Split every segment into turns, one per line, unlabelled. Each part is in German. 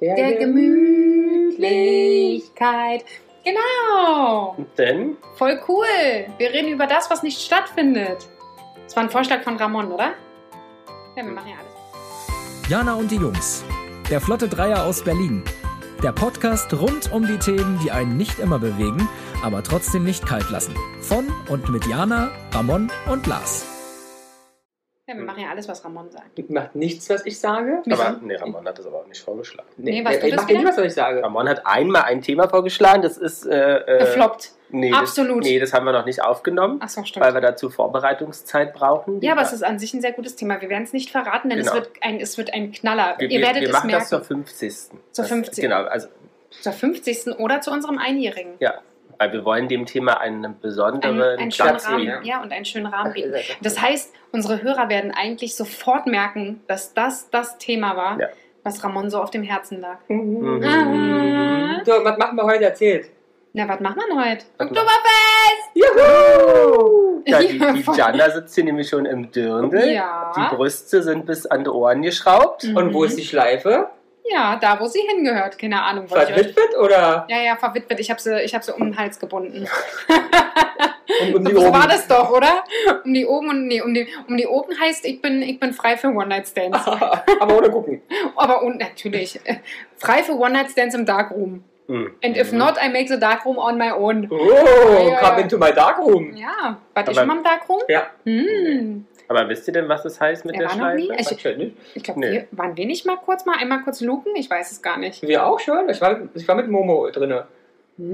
Der,
der
Gemütlich.
Gemütlichkeit. Genau.
Denn
Voll cool. Wir reden über das, was nicht stattfindet. Das war ein Vorschlag von Ramon, oder? Ja, wir machen ja alles.
Jana und die Jungs. Der Flotte Dreier aus Berlin. Der Podcast rund um die Themen, die einen nicht immer bewegen, aber trotzdem nicht kalt lassen. Von und mit Jana, Ramon und Lars.
Ja, wir machen ja alles, was Ramon sagt.
macht nichts, was ich sage.
aber, nee, Ramon hat das aber auch nicht vorgeschlagen.
Nee, was
er-
du
er
das
macht ja nie
wieder?
was, was ich sage.
Ramon hat einmal ein Thema vorgeschlagen, das ist. Äh, äh,
Gefloppt.
Nee, das,
Absolut.
Nee, das haben wir noch nicht aufgenommen,
Ach so, stimmt.
weil wir dazu Vorbereitungszeit brauchen.
Ja, aber es ist an sich ein sehr gutes Thema. Wir werden es nicht verraten, denn es,
Genau.
wird ein, es wird ein Knaller.
wir,
Ihr
wir-
werdet
wir
es
machen das zur
merken.
50.
Zur 50..
Das, genau, also
Zur 50. oder zu unserem Einjährigen.
weil wir wollen dem Thema einen besonderen
einen schönen
Platz
Rahmen,
geben.
ja. und einen schönen Rahmen
Also,
bieten. Das heißt, unsere Hörer werden eigentlich sofort merken, dass das das Thema war,
Ja.
was Ramon so auf dem Herzen lag.
Mhm.
Ah.
So, was machen wir heute? Erzählt.
Na, was macht man heute?
Was
Oktoberfest!
Juhu!
Ja, die, die
voll.
Jana sitzt hier nämlich schon im Dirndl. Die
Ja.
Brüste sind bis an die Ohren geschraubt.
Mhm.
Und wo ist die Schleife?
Ja, da, wo sie hingehört. Keine Ahnung, was ich euch...
Verwitwet oder
Ja, ja, verwitwet. Ich habe sie, ich hab sie um den Hals gebunden.
um, um die
so
Ohren?
war das doch, oder? Um die oben und nee, um die, um die oben heißt, ich bin, ich bin frei für One-Night-Stands.
Aber ohne gucken.
Aber und natürlich. äh, Frei für One-Night-Stands im Darkroom.
Mhm.
And if not, I make the Darkroom on my own.
Oh,
ja. Mhm.
come into my dark room.
Ja, wart ihr
Aber-
schon mal im Darkroom?
Ja.
Hm.
Aber wisst ihr denn, was das heißt mit
Er
der
war noch nie- also
Schleife?
Ich-
Ich, halt
Ich glaube,
Nee.
wir waren wir nicht mal kurz mal einmal kurz luken? Ich weiß es gar nicht.
wir auch schon. Ich war, ich war mit Momo drinne.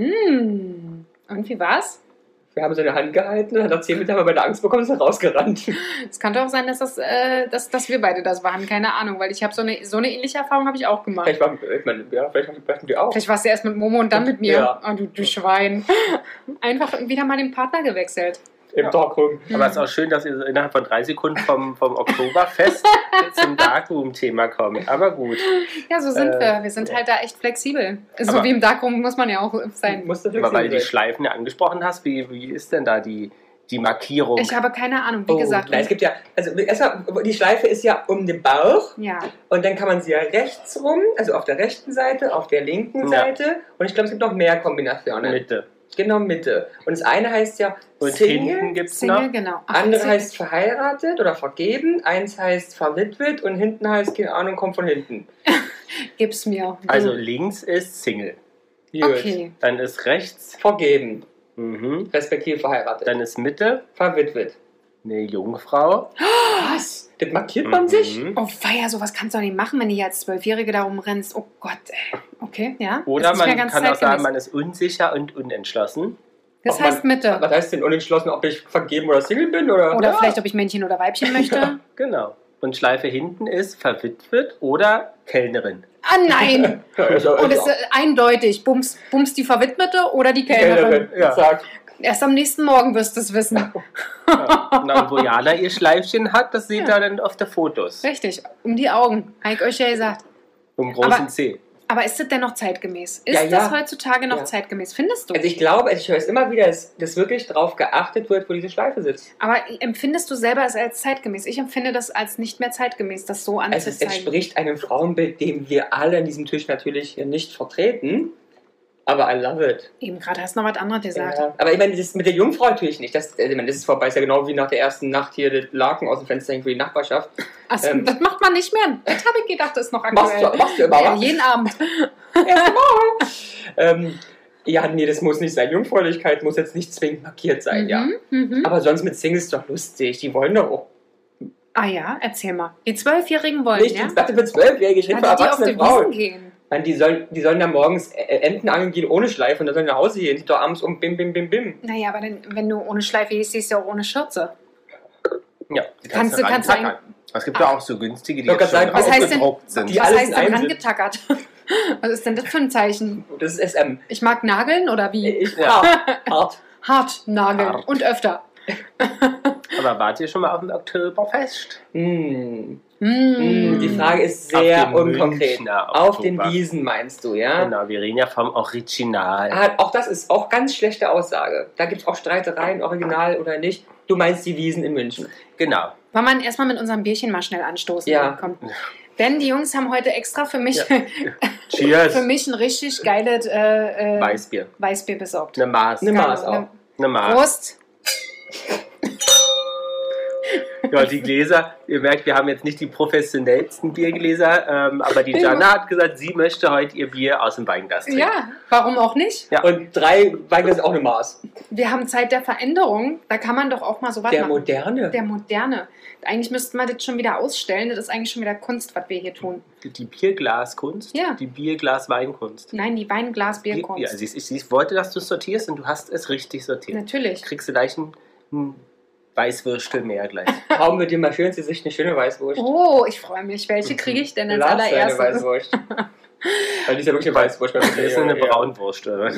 Hm. Und wie war's?
Wir haben seine Hand gehalten und hat zehn Minuten haben wir beide Angst bekommen und ist rausgerannt.
Es kann doch sein, dass, das, äh, dass, dass wir beide das waren. Keine Ahnung, weil ich habe so eine, so eine ähnliche Erfahrung habe ich auch gemacht.
Vielleicht waren ich meine, ja, vielleicht haben vielleicht haben die auch.
Vielleicht warst du erst mit Momo und dann mit mir.
Ja.
Oh, du, du Schwein. Einfach wieder mal den Partner gewechselt.
Im
Ja.
Darkroom.
Aber es ist auch schön, dass ihr so innerhalb von drei Sekunden vom, vom Oktoberfest zum Darkroom-Thema kommt. Aber gut.
Ja, so sind
Äh,
wir. Wir sind
ja.
halt da echt flexibel. So
Aber-
wie im Darkroom muss man ja auch sein.
Musste
Aber weil du die
flexibel sein.
Schleifen ja angesprochen hast, wie, wie ist denn da die, die Markierung?
Ich habe keine Ahnung, wie
Oh,
gesagt.
nein, es gibt ja, also erstmal, die Schleife ist ja um den Bauch
ja,
und dann kann man sie ja rechts rum, also auf der rechten Seite, auf der linken
Ja.
Seite und ich glaube, es gibt noch mehr Kombinationen.
Mitte.
Genau, Mitte. Und das eine heißt ja
Und
Single,
hinten gibt es
Single,
noch.
genau. Ach,
andere
Single.
heißt verheiratet oder vergeben, eins heißt verwitwet und hinten heißt, keine Ahnung, kommt von hinten.
Gib's mir.
Also links ist Single.
Gut.
Okay.
Dann ist rechts.
Vergeben,
Mhm.
respektive verheiratet.
Dann ist Mitte
verwitwet.
eine Jungfrau.
Was? Das markiert man sich?
Mhm.
Oh feier, sowas kannst du doch nicht machen, wenn du hier als Zwölfjährige da rumrennst. Oh Gott, ey. Okay, ja.
Oder
Das ist mir
man
ganz
kann auch sagen,
zeitgemäß.
man ist unsicher und unentschlossen.
Das
Ob man-
heißt Mitte.
Was heißt denn unentschlossen, ob ich vergeben oder Single bin? Oder,
Oder
Ja.
vielleicht, ob ich Männchen oder Weibchen möchte.
Genau. Und Schleife hinten ist verwitwet oder Kellnerin.
Ah nein!
Ja, ist ja-
Und
ist
es ist
ja-
äh, eindeutig. Bums, bums die Verwitwete oder die Kellnerin.
Ja.
Zack.
Erst am nächsten Morgen wirst du es wissen.
Ja. Na, und Genau, wo Jana ihr Schleifchen hat, das seht
Ja.
ihr dann auf der Fotos.
Richtig, um die Augen. Habe ich euch ja gesagt.
Im großen
Aber-
C.
Aber ist das denn noch zeitgemäß? Ist
Ja, ja.
das heutzutage noch
Ja.
zeitgemäß? Findest du?
Also ich glaube, ich höre es immer wieder, dass, dass wirklich drauf geachtet wird, wo diese Schleife sitzt.
Aber empfindest du selber es als zeitgemäß? Ich empfinde das als nicht mehr zeitgemäß, das so
Also es
anzuzeigen.
entspricht einem Frauenbild, dem wir alle an diesem Tisch natürlich hier nicht vertreten. Aber I love it.
Eben gerade hast du noch was anderes gesagt.
Ja. Aber ich meine, das mit der Jungfrau natürlich nicht. Das, also ich meine, das ist vorbei. Ist ja genau wie nach der ersten Nacht hier das Laken aus dem Fenster hängen für die Nachbarschaft.
Also,
Ähm.
das macht man nicht mehr. Das habe ich gedacht, das ist noch
Machst du,
aktuell.
machst du immer
Ja,
was.
jeden Abend.
Ähm, ja, nee, das muss nicht sein. Jungfräulichkeit muss jetzt nicht zwingend markiert sein, ja.
Mhm, mhm.
Aber sonst mit Singles ist doch lustig. Die wollen doch auch.
Ah ja, erzähl mal. Die Zwölfjährigen wollen,
Nicht,
ja?
ich dachte für Zwölfjährige, ich rede für
Also die auf
erwachsene
den
Frauen.
Wiesen gehen.
Mann, die sollen, die sollen da morgens äh, Enten angeln gehen ohne Schleife und dann sollen die nach Hause gehen. Die doch abends um bim, bim, bim, bim.
Naja, aber dann, wenn du ohne Schleife gehst, siehst du ja auch ohne Schürze.
Ja,
Kannst du- kannst du
reinpackern. Es gibt ja auch so günstige, die
Ich wollte
jetzt schon
gerade
sagen, was heißt denn-
ausgedruckt sind.
Die
Was
alles
heißt
in
denn
einem
angetackert? Was ist denn das für ein Zeichen?
Das ist SM.
Hm.
Ich mag nageln oder wie?
Ich, ja. hart.
Hart nageln
Hart.
und öfter.
Aber wart ihr schon mal auf dem Oktoberfest?
Hm.
Mm.
Hm, Die Frage ist
Auf
sehr
dem
unkonkret.
Münchner
Auf den
Oktober.
Wiesen meinst du,
Ah.
ja?
Genau, wir reden ja vom Original.
Ah, auch das ist auch ganz schlechte Aussage. Da gibt es auch Streitereien, original oder nicht. Du meinst die Wiesen in München.
Genau.
Wollen wir erstmal mit unserem Bierchen mal schnell anstoßen?
Ja.
Komm. Denn die Jungs haben heute extra für mich,
Cheers.
für mich ein richtig geiles äh, äh,
Weißbier.
Weißbier besorgt.
Eine Maß.
Eine Maß auch. Ah,
Eine
Eine Maß.
Prost.
Ja, die Gläser, ihr merkt, wir haben jetzt nicht die professionellsten Biergläser, ähm, aber die
Bin
Jana hat gesagt, sie möchte heute ihr Bier aus dem Weinglas trinken.
Ja, warum auch nicht?
Und drei Weingläser ist auch eine Maß.
Wir haben Zeit der Veränderung. Da kann man doch auch mal so was
Der
machen.
moderne.
Der moderne. Eigentlich müssten wir das schon wieder ausstellen. Das ist eigentlich schon wieder Kunst, was wir hier tun.
Die Bierglaskunst?
Ja.
Die Bierglas-Weinkunst.
Nein, die Weinglas-Bierkunst.
Ja, siehst, ich, ich wollte, dass du es sortierst und du hast es richtig sortiert.
Natürlich.
Kriegst du gleich ein, ein Weißwürstel mehr gleich.
Haben wir dir mal schön zu sich eine schöne Weißwurst.
Oh, ich freue mich. Welche kriege ich denn als
Mhm. Lars seine
allererstes?
Weißwurst. Weil die ist ja wirklich eine Weißwurst.
Das ist eine Braunwurst, oder?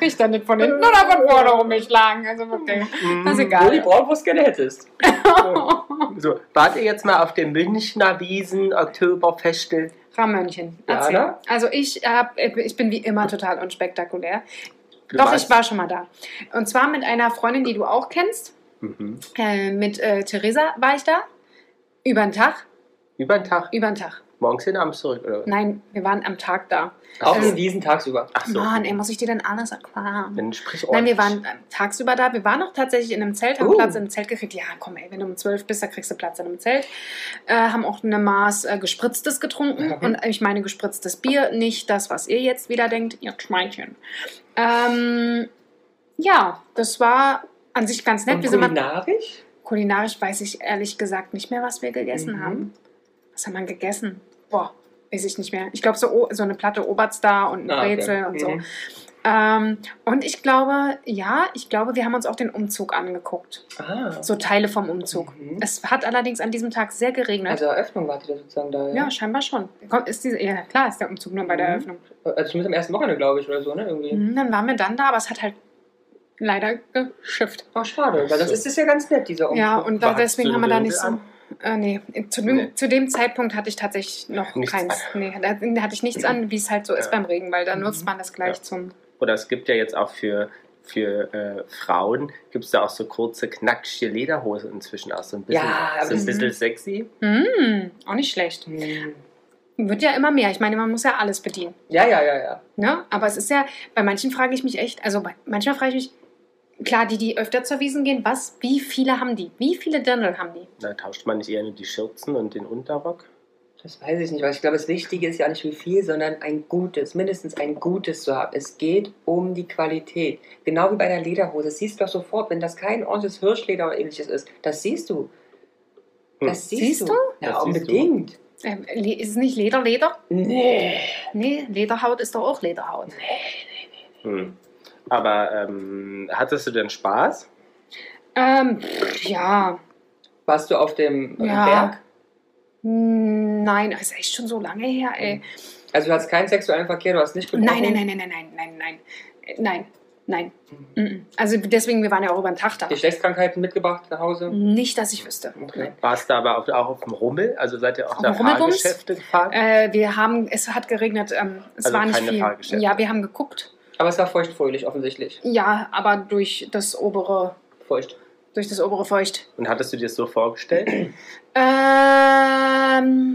Ich dann nicht von hinten oder von vorne um mich schlagen. Also wirklich.
Mhm.
Das ist
Wo die
egal.
Braunwurst gerne hättest.
Mhm. So, wart ihr jetzt mal auf dem Münchner Wiesen Oktoberfestel?
Ramönchen,
Ja,
erzähl.
ne?
also ich, hab, ich bin wie immer total unspektakulär.
Du
Doch,
warst-
ich war schon mal da. Und zwar mit einer Freundin, die du auch kennst.
Mhm.
Äh, mit äh, Theresa war ich da. Über den Tag.
Über den Tag.
Über den Tag.
Morgens hin, abends zurück, oder? was?
Nein, wir waren am Tag da.
Auch
Also-
in diesen tagsüber.
Ach so.
Mann, ey, muss ich dir denn alles erklären?
Dann sprich
Nein, wir
ordentlich.
waren ähm, tagsüber da. Wir waren auch tatsächlich in einem Zelt, haben
Uh.
Platz im Zelt gekriegt. Ja, komm, ey, wenn du um 12 bist, dann kriegst du Platz in einem Zelt. Äh, haben auch eine Maß äh, gespritztes getrunken.
Mhm.
Und ich meine gespritztes Bier, nicht das, was ihr jetzt wieder denkt, ihr Schweinchen. Ähm, ja, das war an sich ganz nett.
Und
Wir sind mal,
kulinarisch?
kulinarisch weiß ich ehrlich gesagt nicht mehr, was wir gegessen
Mhm.
haben. Was haben wir gegessen? Boah, weiß ich nicht mehr. Ich glaube, so, o- so eine Platte Oberst da und ein
Ah, okay.
Brezel äh, und so.
Mhm.
Ähm, und ich glaube, ja, ich glaube, wir haben uns auch den Umzug angeguckt.
Ah.
So Teile vom Umzug.
Mhm.
Es hat allerdings an diesem Tag sehr geregnet.
Also Eröffnung wart ihr da sozusagen da.
ne? ja, scheinbar schon. Kommt, ist diese, ja, klar ist der Umzug nur bei der
Mhm.
Eröffnung.
Also zumindest am ersten Wochenende, glaube ich, oder so, ne? Irgendwie.
Mhm, dann waren wir dann da, aber es hat halt leider geschifft.
Ach, schade. Weil sonst ist es ja ganz nett, dieser Umzug.
Ja, und da,
Warst
deswegen
du
haben wir da
denn
nicht so.
halt an?
Äh, nee, zu dem,
Nee.
zu dem Zeitpunkt hatte ich tatsächlich noch
Nichts
keins. Nee, da da hatte ich nichts an, wie es halt so ist
Ja.
beim Regen, weil dann
Mhm.
nutzt man das gleich
Ja.
zum.
Oder es gibt ja jetzt auch für, für äh, Frauen, gibt es da auch so kurze, knackige Lederhosen inzwischen auch. So ein bisschen,
Ja, aber
so ein
das-
bisschen sexy.
Hm, auch nicht schlecht.
Hm.
Wird ja immer mehr. Ich meine, man muss ja alles bedienen.
Ja, ja, ja, ja.
Ne? Aber es ist ja, bei manchen frage ich mich echt, also bei, manchmal frage ich mich, klar, die, die öfter zur Wiesen gehen, was, wie viele haben die? Wie viele Dirndl haben die?
Da tauscht man nicht eher nur die Schürzen und den Unterrock.
Das weiß ich nicht, weil ich glaube, das Wichtige ist ja nicht wie viel, sondern ein gutes, mindestens ein gutes zu haben. Es geht um die Qualität. Genau wie bei einer Lederhose. Das siehst du doch sofort, wenn das kein ordentliches Hirschleder oder ähnliches ist. Das siehst du.
Hm.
Das siehst,
Siehst
du.
du?
Ja,
Das siehst du.
unbedingt.
Ähm, le- ist es nicht Leder, Leder?
Nee.
Nee, Lederhaut ist doch auch Lederhaut.
Hm. Aber ähm, hattest du denn Spaß?
Ähm, pff, ja,
Warst du auf dem äh,
Ja.
Berg?
Hm, nein, das ist echt schon so lange her, ey.
Also du hast keinen sexuellen Verkehr, du hast nicht gebrochen?
Nein, nein, nein, nein, nein, nein, nein, nein, Äh, nein, nein. Mhm. Also deswegen, wir waren ja auch über den Tag da.
Geschlechtskrankheiten mitgebracht nach Hause?
Nicht, dass ich wüsste. Nein.
Warst du aber auf, auch auf dem Rummel? Also seid ihr auch
Auf
da
dem Rummelbums?
Fahrgeschäfte gefahren?
Äh, wir haben, es hat geregnet, ähm, es
Also
war nicht
keine
viel.
Fahrgeschäfte.
Ja, wir haben geguckt.
Aber es war feuchtfröhlich, offensichtlich.
Ja, aber durch das obere,
Feucht.
durch das obere Feucht.
Und hattest du dir das so vorgestellt?
Ähm,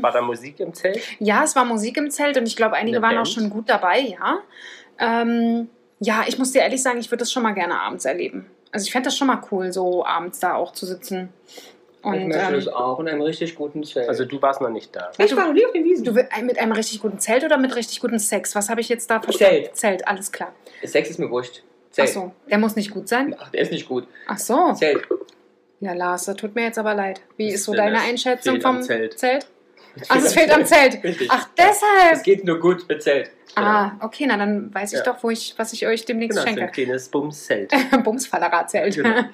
War da Musik im Zelt?
ja, es war Musik im Zelt und ich glaube, einige
Eine
waren
Band?
auch schon gut dabei, ja. Ähm, ja, ich muss dir ehrlich sagen, ich würde das schon mal gerne abends erleben. Also ich fände das schon mal cool, so abends da auch zu sitzen. Und
ich möchte das
ähm,
auch in einem richtig guten Zelt.
Also du warst noch nicht da.
ich war noch nie auf den Wiesen.
du will- mit einem richtig guten Zelt oder mit richtig gutem Sex? Was habe ich jetzt da
Zelt.
Zelt, alles klar.
Sex ist mir wurscht.
Ach
Zelt.
so, Oh. der muss nicht gut sein.
Ach, der ist nicht gut.
Ach so.
Zelt.
Ja, Lars, das tut mir jetzt aber leid. Wie
Das
ist so
Fell
deine
ist-
Einschätzung
fehlt am
vom Zelt?
Zelt.
Ach, es fehlt am Zelt.
Richtig.
Ach,
Es
deshalb.
geht nur gut mit Zelt.
Ah, okay, na dann weiß ich
äh, Ja.
doch, wo ich, was ich euch demnächst
Genau, so ein
schenke.
kleines Bumszelt.
Bumsfallerer-Zelt.
Genau.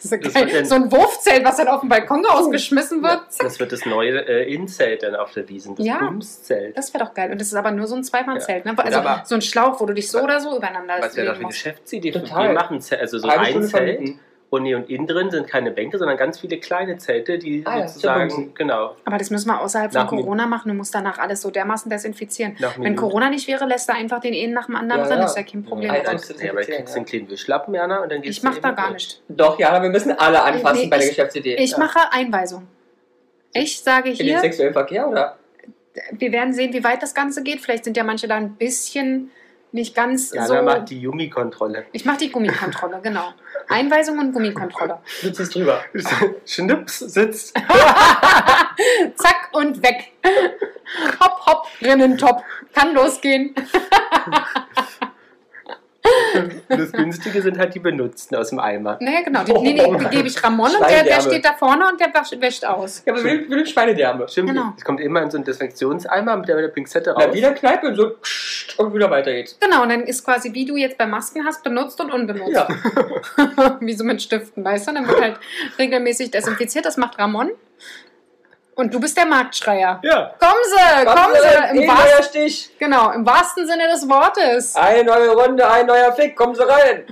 So,
Das
geil.
wird denn-
so ein Wurfzelt, was dann auf dem Balkon rausgeschmissen wird.
Das wird das neue äh, Inzelt dann auf der Wiesen, das
Ja.
Bumszelt.
Das wäre doch geil. Und das ist aber nur so ein Zweimannzelt. Ne?
Ja,
Also
aber-
so ein Schlauch, wo du dich so oder so übereinander
Was
legen
wäre das für eine
musst.
Geschäftsidee?
Total.
Wir machen Zelt, also so
Halbe
ein
Stunde
Zelt.
vermieten.
Und, nee, und innen drin sind keine Bänke, sondern ganz viele kleine Zelte, die
Ah ja, zur
sozusagen,
Bumsen.
genau,
Aber das müssen wir außerhalb von
Nach dem-
Corona machen. Du musst danach alles so dermaßen desinfizieren.
nach
Wenn Corona nicht wäre, lässt du einfach den einen nach dem anderen
Mhm. Ja,
drin.
ja. Halt
Ist ja kein Problem.
Ja,
Ja,
das
dann,
musst du
nee, aber du
desinfizieren,
kriegst
ja.
einen kleinen Wischlappen, Jana, und dann geht's
Ich mache
dir
da
eben
gar
gut.
nicht.
Doch, ja, aber wir müssen alle anfassen
Nee,
bei der
ich-
Geschäftsidee.
Ich mache Einweisung. Ich sage
In den
hier,
sexuellen Verkehr, oder?
wir werden sehen, wie weit das Ganze geht. Vielleicht sind ja manche da ein bisschen nicht ganz
Jana
so.
macht die Yumi-Kontrolle.
ich mache die Gummikontrolle, genau. Einweisung und Gummikontrolle.
Du ziehst drüber.
Schnips sitzt.
Zack und weg. Hopp, hopp, Rinnentop. Kann losgehen.
Das Günstige sind halt die Benutzten aus dem Eimer.
Naja, genau.
Oh,
Die, nee, nee, die gebe ich Ramon und der, der
Schweineerbe.
steht da vorne und der wasch- wäscht aus.
Ja, aber wir wir den Schweinedärme.
Stimmt,
Genau.
es kommt immer in so einen Desinfektionseimer mit der, mit der Pinzette raus.
Na, wieder Kneipe und so pssst, und wieder weiter geht's.
Genau, und dann ist quasi, wie du jetzt bei Masken hast, benutzt und unbenutzt.
Ja.
wie so mit Stiften, weißt du? Dann wird halt regelmäßig desinfiziert. Das macht Ramon. Und du bist der Marktschreier.
Ja.
Kommen Sie, kommen Sie. Im
ein
wahrsten,
neuer Äh, Stich,
genau, im wahrsten Sinne des Wortes.
eine neue Runde, ein neuer Fick, kommen Sie rein.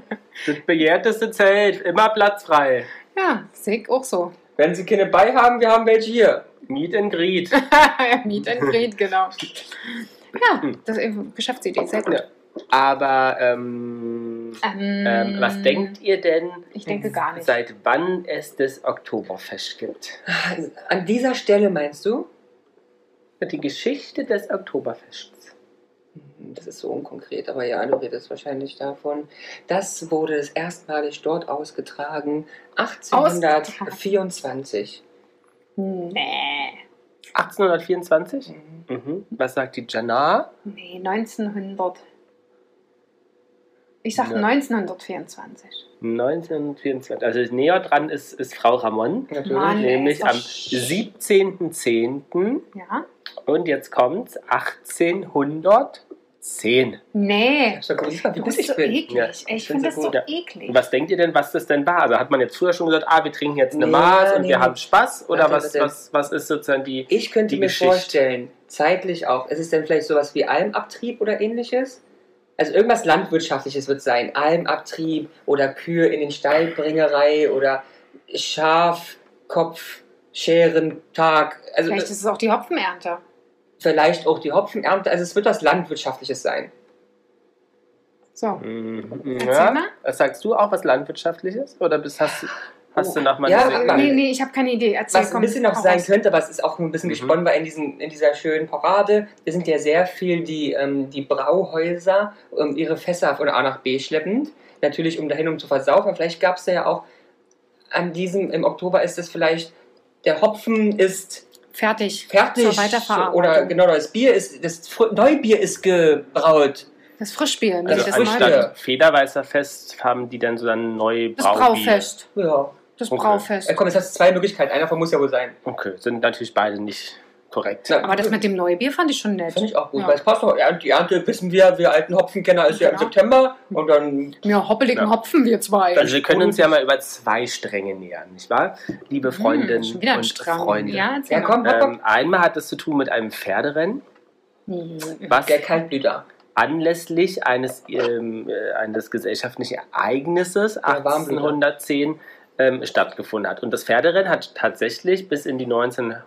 Das begehrteste Zelt, immer platzfrei.
Ja, Sig auch so.
Wenn Sie keine bei haben, wir haben welche hier.
Meet and greet.
Meet and greet, genau. Ja, das ist eine Geschäftsidee, sehr gut.
Ja. Aber ähm,
Ähm,
ähm, was denkt ihr denn?
Ich denke gar nicht.
Seit wann es das Oktoberfest gibt?
Also, An dieser Stelle meinst du?
Die Geschichte des Oktoberfests.
Das ist so unkonkret, aber ja, du redest wahrscheinlich davon. Das wurde das erstmalig dort ausgetragen, 1824.
Nee.
1824? Mhm. Was sagt die Jana?
Nee, 1900. Ich sag
Ja.
1924.
1924. Also näher dran ist, ist Frau Ramon.
Natürlich.
Mann. Ah, Nee, ist
Nämlich
doch
am
sch-
17.10.
Ja?
Und jetzt kommt's, 1810.
Nee.
Schau, guck mal, wie
Du
gut
bist
ich
so
bin.
eklig.
Ja,
ich
ich
finde
bin
das
so
so
gut, ja.
eklig.
Und was denkt ihr denn, was das denn war? Also hat man jetzt früher schon gesagt, ah, wir trinken jetzt eine
Nee,
Maß und
nee.
wir haben Spaß? Oder
Warte,
was,
warte.
was, was ist sozusagen die...
Ich könnte
Die
mir
Geschichte.
vorstellen, zeitlich auch, ist es denn vielleicht sowas wie Almabtrieb oder ähnliches? Also irgendwas Landwirtschaftliches wird sein. Almabtrieb oder Kühe in den Stallbringerei oder Schafkopf, Scherentag. Also
Vielleicht ist es auch die Hopfenernte.
vielleicht auch die Hopfenernte. Also es wird was Landwirtschaftliches sein.
So.
Mhm,
Erzähl
ja.
mal.
Was Sagst du auch was Landwirtschaftliches? Oder bist, hast, hast du
Oh.
nach
Ja,
Segen-
sag mal.
Nee, nee, ich habe keine Idee. Erzähl,
Was
komm,
ein bisschen noch
hau
sein
raus.
könnte, aber es ist auch ein bisschen
Mhm.
gesponnen, weil in, diesen, in dieser schönen Parade, wir sind ja sehr viel die, ähm, die Brauhäuser ähm, ihre Fässer von A nach B schleppend. Natürlich, um dahin, um zu versaufen. Vielleicht gab es ja auch an diesem, im Oktober ist es vielleicht, der Hopfen ist
Fertig.
fertig.
Zur Weiterverarbeitung.
oder genau, das Bier ist, das Fr- Neubier ist gebraut.
Das Frischbier, nicht
Also
das
das
Frischbier.
neue.
Neubier.
anstatt Federweißer Fest haben die dann so ein neues
Das Braufest.
Ja.
Das
Okay.
Braufest.
Äh, komm, jetzt hast du zwei Möglichkeiten. Einer von muss ja wohl sein.
Okay, sind natürlich beide nicht korrekt.
Na,
Aber das mit dem Neubier fand ich schon nett.
Finde ich auch gut,
Ja.
weil es passt doch. Ernte- Die Ernte wissen wir, wir alten Hopfenkenner, ist ja im
Genau.
September und dann
Ja, hoppeligen
Ja.
Hopfen, wir zwei.
Also wir können uns ja mal über zwei Stränge nähern, nicht wahr? Liebe Freundinnen
Hm, schon wieder ein
und
Strang.
Freunde.
Ja, erzähl
Ja,
mal.
komm, hopp, hopp.
Ähm, einmal hat es zu tun mit einem Pferderennen,
Mhm.
was
Der Kaltblüter.
anlässlich eines, ähm, äh, eines gesellschaftlichen Ereignisses
Warmblüter.
1810 ähm, stattgefunden hat. Und das Pferderennen hat tatsächlich bis in die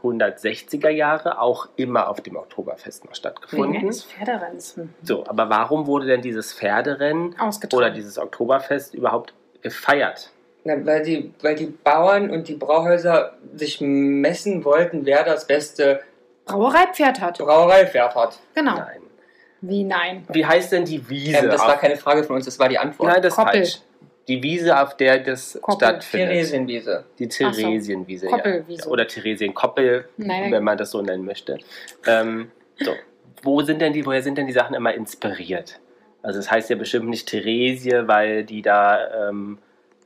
1960er Jahre auch immer auf dem Oktoberfest noch stattgefunden.
Das Pferderenzen.
So, aber warum wurde denn dieses Pferderennen
Ausgetragen.
oder dieses Oktoberfest überhaupt gefeiert?
Na, weil, die, weil die Bauern und die Brauhäuser sich messen wollten, wer das beste
Brauereipferd hat.
Brauereipferd hat.
Genau.
Nein.
Wie nein?
Wie heißt denn die Wiese?
Ähm, das war
auf-
keine Frage von uns, das war die Antwort.
Nein, das ist
Koppel.
falsch. Die Wiese, auf der das
Koppel.
stattfindet.
Theresienwiese.
Die Theresienwiese.
Koppelwiese.
Ja. Oder Theresienkoppel,
Nein.
wenn man das so nennen möchte. Ähm, so. Wo sind denn die, woher sind denn die Sachen immer inspiriert? Also es heißt ja bestimmt nicht Theresie, weil die da ähm,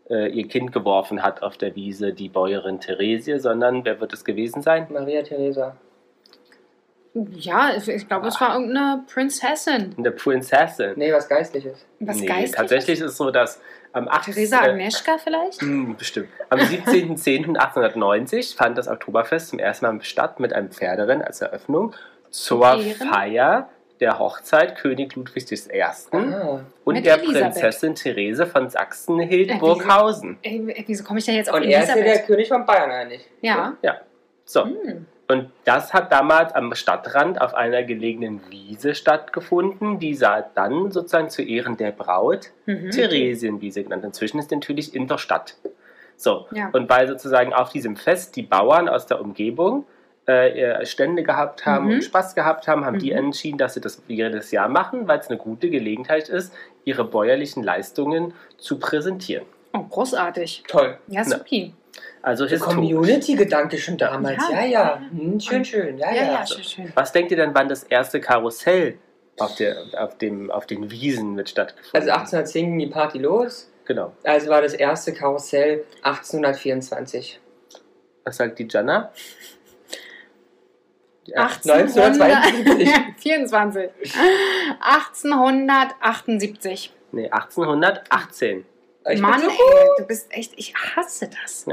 äh, ihr Kind geworfen hat auf der Wiese, die Bäuerin Theresie, sondern wer wird es gewesen sein?
Maria Theresa.
Ja, ich, ich glaube, es war irgendeine Prinzessin.
Eine Prinzessin.
Nee, was Geistliches.
Was
Nee,
Geistiges?
tatsächlich ist es so, dass am 8.
Theresa
äh,
Agnieszka vielleicht?
Hm, bestimmt. Am 17.10.1890 fand das Oktoberfest zum ersten Mal statt mit einem Pferderennen als Eröffnung zur
Ehren?
Feier der Hochzeit König Ludwig I.
Ah.
und
Mit
der
Elisabeth.
Prinzessin Therese von
Äh,
Sachsen-Hildburghausen.
Ey, w- wieso komme ich denn jetzt auf
Und er ist ja der
Elisabeth?
König von Bayern eigentlich.
Ja.
So,
Hm.
und das hat damals am Stadtrand auf einer gelegenen Wiese stattgefunden. Die sah dann sozusagen zu Ehren der Braut
Mhm.
Theresienwiese genannt. Inzwischen ist die natürlich in der Stadt. So,
Ja.
und weil sozusagen auf diesem Fest die Bauern aus der Umgebung äh, äh, Stände gehabt haben
Mhm.
und Spaß gehabt haben, haben die
Mhm.
entschieden, dass sie das jedes Jahr machen, weil es eine gute Gelegenheit ist, ihre bäuerlichen Leistungen zu präsentieren.
Oh, großartig.
Toll.
Ja,
Na,
supi.
Also
Der
History.
Community-Gedanke schon damals.
Ja,
Ja, ja.
ja.
Hm, schön, schön. Ja,
Ja,
ja.
ja, schön, schön.
Was denkt ihr denn, wann das erste Karussell auf, der, auf, dem, auf den Wiesen mit
Also
stattgefunden hat?
1810 ging die Party los.
Genau.
Also war das erste Karussell 1824.
Was sagt die Jana? Ja,
1824. 1878.
Nee, 1818.
Ich
Mann,
bin so-
ey, du bist echt, ich hasse das.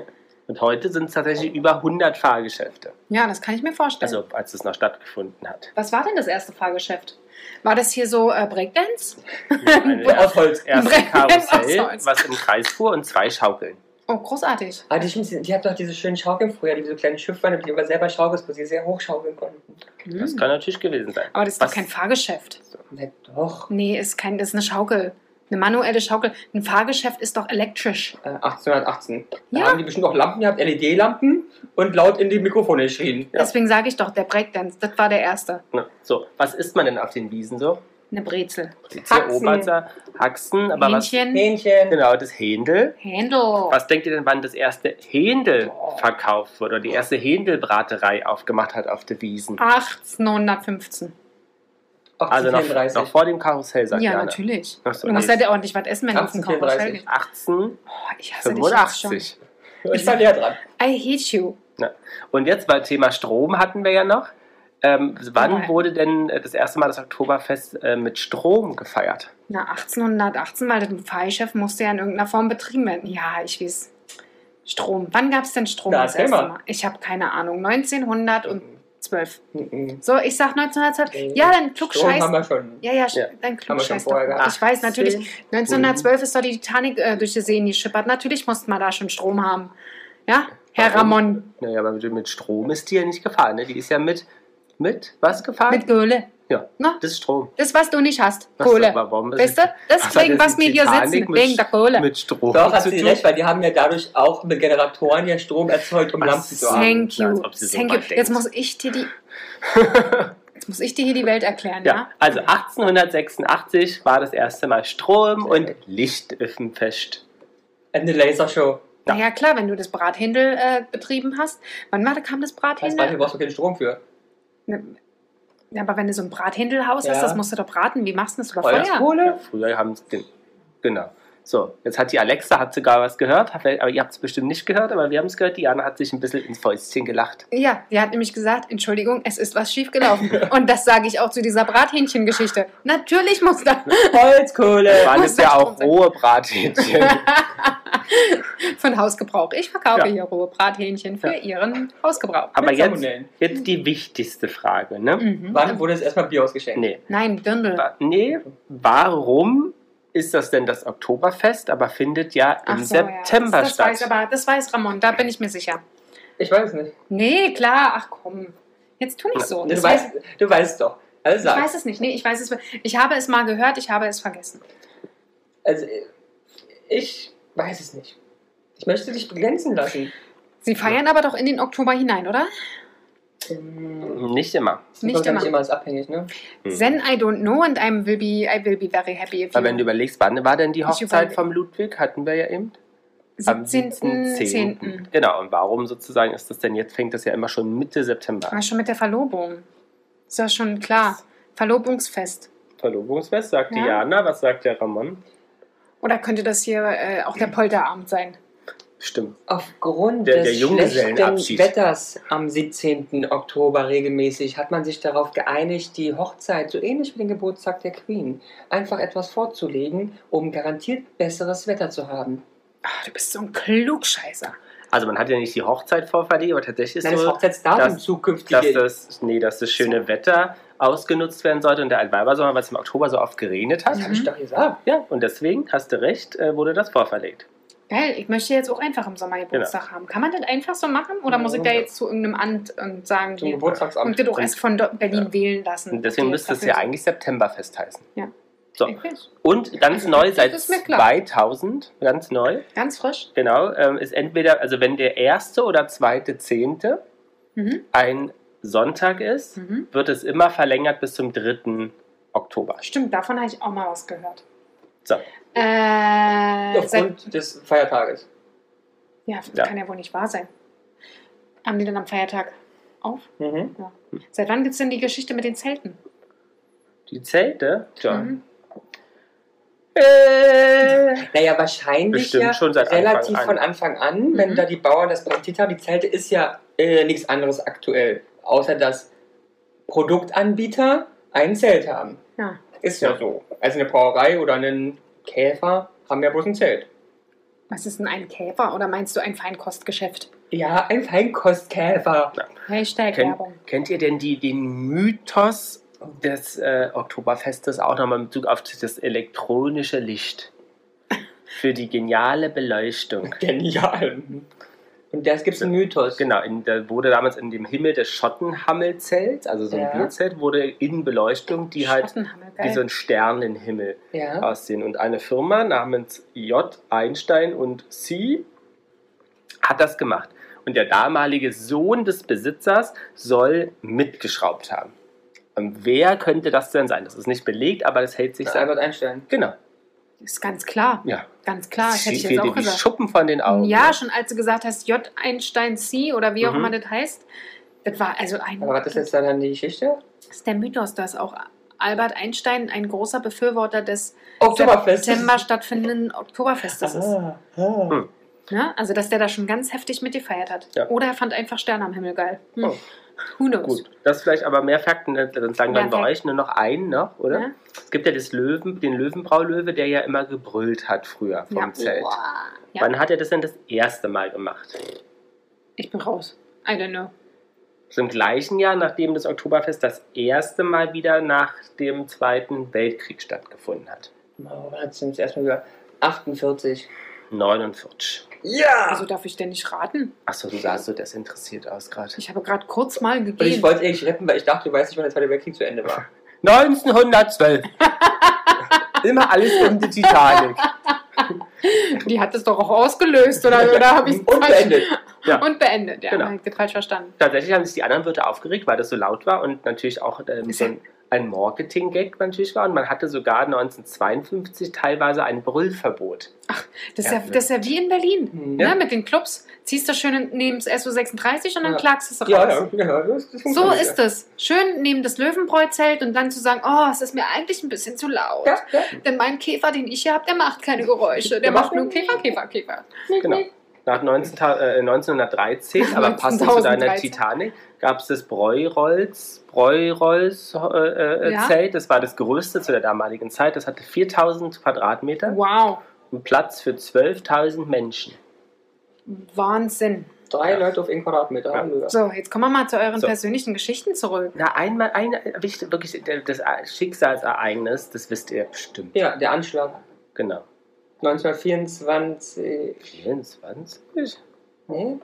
Und heute sind es tatsächlich über 100 Fahrgeschäfte.
Ja, das kann ich mir vorstellen.
Also, als es noch stattgefunden hat.
Was war denn das erste Fahrgeschäft? War das hier so äh, Breakdance?
Eine der
Aus Holz.
ersten
Brennen
Karussell,
aus Holz.
was im Kreis fuhr und zwei Schaukeln.
Oh, großartig.
Ah, die, stimmt, die hatten doch diese schönen Schaukeln früher, die so kleinen Schiffe waren, die aber selber schaukelst, wo sie sehr hoch schaukeln konnten.
Hm.
Das kann natürlich gewesen sein.
Aber das ist
Was-
doch kein Fahrgeschäft.
Na doch.
Nee, ist kein, das ist eine Schaukel. Eine manuelle Schaukel. Ein Fahrgeschäft ist doch elektrisch.
Äh, 1818. Da
Ja.
haben die bestimmt auch Lampen gehabt, LED-Lampen und laut in die Mikrofone geschrien.
Ja.
Deswegen sage ich doch, der Breakdance, das war der erste.
Ne? So, was isst man denn auf den Wiesen so?
Eine Brezel.
Die
Haxen.
Oberzer, Haxen, aber
Hähnchen,
was?
Hähnchen.
Genau, das Händel.
Händel.
Was denkt ihr denn, wann das erste Händel verkauft wurde oder die erste Händelbraterei aufgemacht hat auf der Wiesen?
1815.
Also noch,
1834.
noch vor dem Karussell, sagt
ja,
Jana.
natürlich.
Ach so,
du musst
nee.
ja dir ordentlich was essen, wenn du zum Karussell
1834.
gehst.
18,
Boah, Oh, ich hasse dich jetzt schon.
85.
ich war näher dran.
I hate you.
Und jetzt beim Thema Strom hatten wir ja noch. Ähm, wann
Nein.
wurde denn äh, das erste Mal das Oktoberfest äh, mit Strom gefeiert?
Na, 1818, weil das Fahrgeschäft musste ja in irgendeiner Form betrieben werden. Ja, ich weiß. Strom. Wann gab es denn Strom
Na,
das
erzähl
erste
mal.
Mal? Ich habe keine Ahnung. 1912.
Mhm.
So, ich sag 1912. Ja, dann
Oh. Strom
klugscheiß.
haben wir schon.
Ja, ja,
Ja.
ja. dann
Haben wir schon
klugscheiß doch.
vorher gehabt.
Ich weiß natürlich, 1912
Mhm.
ist doch die Titanic äh, durch die Seen geschippert. Natürlich musste man da schon Strom haben. Ja, Herr
Warum?
Ramon,
Naja, aber mit- mit Strom ist die ja nicht gefahren. Ne? Die ist ja mit, mit was gefahren?
mit Kohle.
Ja.
Na,
das ist Strom.
das, was du nicht hast,
Was-
Kohle.
aber Warum ist
Weißt du,
was hat
deswegen,
jetzt
was
die
wir hier
Titanic
sitzen,
mit
wegen der Kohle.
mit Strom
Doch, hast
zu
du
tun?
recht, weil die haben ja dadurch auch mit Generatoren ja Strom erzeugt, um
Ach
Lampen zu haben.
Thank you.
Als ob sie so
Thank
weit
you.
denkt.
Jetzt muss ich dir die. Jetzt muss ich dir hier die Welt erklären,
Ja,
ja?
also 1886 war das erste Mal Strom und Lichtöffenfest.
Eine Lasershow.
Ja.
Ja, naja, klar, wenn du das Brathändel äh, betrieben hast. Wann war, kam das
Weißt du,
Brathändel?
du brauchst du keinen Strom für.
Ne, ja, aber wenn du so ein Brathändelhaus
Ja.
hast, das musst du doch braten. Wie machst du das über Feuer?
Ja,
Holzkohle?
früher haben sie. Genau. So, jetzt hat die Alexa hat sogar was gehört, hat- aber ihr habt es bestimmt nicht gehört, aber wir haben es gehört. Die Anna hat sich ein bisschen ins Fäustchen gelacht.
Ja, die hat nämlich gesagt, Entschuldigung, es ist was schiefgelaufen. Und das sage ich auch zu dieser Brathähnchengeschichte. Natürlich muss da
Holzkohle!
Waren es ja
Äh, Strom
auch
sein.
rohe Brathähnchen.
von Hausgebrauch. Ich verkaufe
Ja.
hier rohe Brathähnchen für ihren Hausgebrauch.
aber
Mit
jetzt,
Salmonellen.
jetzt die wichtigste Frage, ne?
Mhm.
Wann wurde es erstmal Bier ausgeschenkt?
Nee.
Nein, Dirndl.
Wa- Nee, warum ist das denn das Oktoberfest, aber findet ja im
Ach so,
September
ja. das,
statt?
Das weiß, aber, das weiß Ramon, da bin ich mir sicher.
Ich weiß nicht.
Nee, klar, ach komm. Jetzt tu nicht so.
Du,
Das
weißt, du weißt doch. Also,
ich
sag.
weiß es nicht. Nee, ich weiß es. Ich habe es mal gehört, ich habe es vergessen.
also ich weiß es nicht. Ich möchte dich glänzen lassen.
Sie feiern aber doch in den Oktober hinein, oder? Ähm,
Hm,
Nicht immer.
Das
Nicht
ist immer.
immer.
immer ist abhängig, ne?
Hm.
Then I don't know and I will be, I will be very happy. if
Aber
you-
wenn du überlegst, wann war denn die
Ich
Hochzeit
überleg-
vom Ludwig? Hatten wir ja eben. Am
17.10.
Genau, und warum sozusagen ist das denn jetzt? Fängt das ja immer schon Mitte September
War
an.
schon mit der Verlobung. Ist ja schon klar. Verlobungsfest.
Verlobungsfest, sagt
Ja.
die Jana. Was sagt der Ramon?
Oder könnte das hier äh, auch der Polterabend sein?
Stimmt.
Aufgrund
Der- der
des schlechten
Junggesellenabschied.
Wetters am 17. Oktober regelmäßig hat man sich darauf geeinigt, die Hochzeit, so ähnlich wie den Geburtstag der Queen, einfach etwas vorzulegen, um garantiert besseres Wetter zu haben.
Ach, du bist so ein Klugscheißer.
Also man hat ja nicht die Hochzeit vorverlegt, aber tatsächlich
Nein,
ist
das
so,
Hochzeitsdatum
dass- dass
zukünftige.
das, nee, dass das schöne Wetter ausgenutzt werden sollte und der Altweibersommer, weil es im Oktober so oft geregnet hat.
das
Mhm.
habe ich doch gesagt.
Ja, und deswegen, hast du recht, äh, wurde das vorverlegt.
Geil, ich möchte jetzt auch einfach im Sommer Geburtstag
Genau.
haben. Kann man das einfach so machen? Oder muss ich da
Ja.
jetzt zu irgendeinem Amt und sagen,
Zum
hier,
Geburtstagsamt.
und das auch erst von Do- Berlin wählen lassen?
Und deswegen
Die
müsste es
dafür
ja eigentlich Septemberfest heißen.
Ja.
So.
sind. Ich weiß.
Und ganz neu seit
ist mir klar.
2000, ganz neu,
Ganz frisch.
genau, ähm, ist entweder, also wenn der erste oder zweite Zehnte
Mhm.
ein Sonntag ist,
Mhm.
wird es immer verlängert bis zum 3. Oktober.
Stimmt, davon habe ich auch mal was gehört.
So.
Äh, seit,
Aufgrund des Feiertages.
ja, das
Ja.
kann ja wohl nicht wahr sein. Haben die dann am Feiertag auf?
Mhm.
Seit wann gibt es denn die Geschichte mit den Zelten?
Die Zelte? Tja.
Mhm.
Äh,
Naja, wahrscheinlich
Bestimmt
ja
schon seit Anfang
relativ
an.
von Anfang an, wenn
Mhm.
da die Bauern das praktiziert haben. Die Zelte ist ja äh, nichts anderes aktuell, außer dass Produktanbieter ein Zelt haben.
Ja.
Ist ja so. Also eine Brauerei oder einen Käfer haben ja bloß ein Zelt.
Was ist denn ein Käfer oder meinst du ein Feinkostgeschäft?
Ja, ein Feinkostkäfer.
Hashtag
Kennt-
Werbung.
kennt ihr denn die, den Mythos des äh, Oktoberfestes auch nochmal in Bezug auf das elektronische Licht? Für die geniale Beleuchtung.
Genial. Und das gibt's einen Mythos.
Genau, in, da wurde damals in dem Himmel des Schottenhammelzelts, also so ein
Ja.
Bierzelt, wurde in Beleuchtung, die halt
Schottenhammel,
wie
geil.
so ein Sternenhimmel
Ja.
aussehen. Und eine Firma namens J. Einstein und C. hat das gemacht. Und der damalige Sohn des Besitzers soll mitgeschraubt haben. Und wer könnte das denn sein? Das ist nicht belegt, aber das hält sich
Ich
selber.
Albert Einstein.
Genau,
Ist ganz klar,
ja.
ganz klar. Das hätte ich jetzt
fehlt
auch
dir die
gesagt.
Schuppen von den Augen.
Ja, schon als du gesagt hast, J. Einstein C oder wie auch
ne? Mhm.
immer das heißt. Das war also ein.
Aber was ist jetzt dann die Geschichte?
Das ist der Mythos, dass auch Albert Einstein ein großer Befürworter des
Oktoberfest.
September stattfindenden Oktoberfestes ist.
Ah, ah.
Hm.
Ne? Also, dass der da schon ganz heftig mitgefeiert hat.
Ja.
Oder er fand einfach Sterne am Himmel geil. Hm.
Oh.
Who knows?
Gut, das vielleicht aber mehr Fakten, ne? dann sagen
Mehr
wir bei
Fakten.
euch nur noch einen noch, oder?
Ja.
Es gibt ja das Löwen, den Löwenbraulöwe, der ja immer gebrüllt hat früher vom
Ja.
Zelt.
Ja.
Wann hat er das denn das erste Mal gemacht?
Ich bin raus. I don't know.
So im gleichen Jahr, nachdem das Oktoberfest das erste Mal wieder nach dem Zweiten Weltkrieg stattgefunden hat.
Oh, wann hat's denn jetzt erstmal wieder? 48.
49.
Ja!
Also darf ich denn nicht raten?
Achso, du sahst so desinteressiert aus gerade.
Ich habe gerade kurz mal
Und Also ich
gegeben.
wollte eigentlich retten, weil ich dachte, du weißt nicht, wann der Zweite Weltkrieg zu Ende war.
1912. Immer alles um die Titanic.
Die hat es doch auch ausgelöst, oder, oder habe ich
Und beendet.
Ja.
Und beendet, ja.
Genau.
Genau. Ich falsch verstanden.
Tatsächlich haben sich die anderen Wörter aufgeregt, weil das so laut war und natürlich auch ähm,
Ist
so
ja-
ein, ein Marketing-Gag natürlich war. Und man hatte sogar 1952 teilweise ein Brüllverbot.
Das ist ja,
Ja.
das ist ja wie in Berlin.
Hm.
Ne, mit den Clubs. Ziehst du schön neben das SU36 und dann
Ja.
klagst du es raus.
Ja, ja, ja, das, das
So
funktioniert.
ist es. Schön neben das Löwenbräuzelt und dann zu sagen, oh, es ist mir eigentlich ein bisschen zu laut.
Ja, ja.
Denn mein Käfer, den ich hier habe, der macht keine Geräusche. Der macht nur Käfer, Käfer, Käfer.
Genau. Nach 19, ta- äh, 1913, aber passend zu deiner
1913.
Titanic, gab es das Bräurolls, Bräurolls äh, äh,
Ja.
Zelt. Das war das größte zu der damaligen Zeit. Das hatte 4000 Quadratmeter
Wow.
und Platz für 12.000 Menschen.
Wahnsinn.
Drei
Ja.
Leute auf einen Quadratmeter.
Ja.
Halleluja.
So, jetzt kommen wir mal zu euren
So.
persönlichen Geschichten zurück.
Na, einmal, ein, wichtig, wirklich, der- das Schicksalsereignis, das wisst ihr bestimmt.
Ja, der Anschlag.
Genau.
1924.
24?
Nee,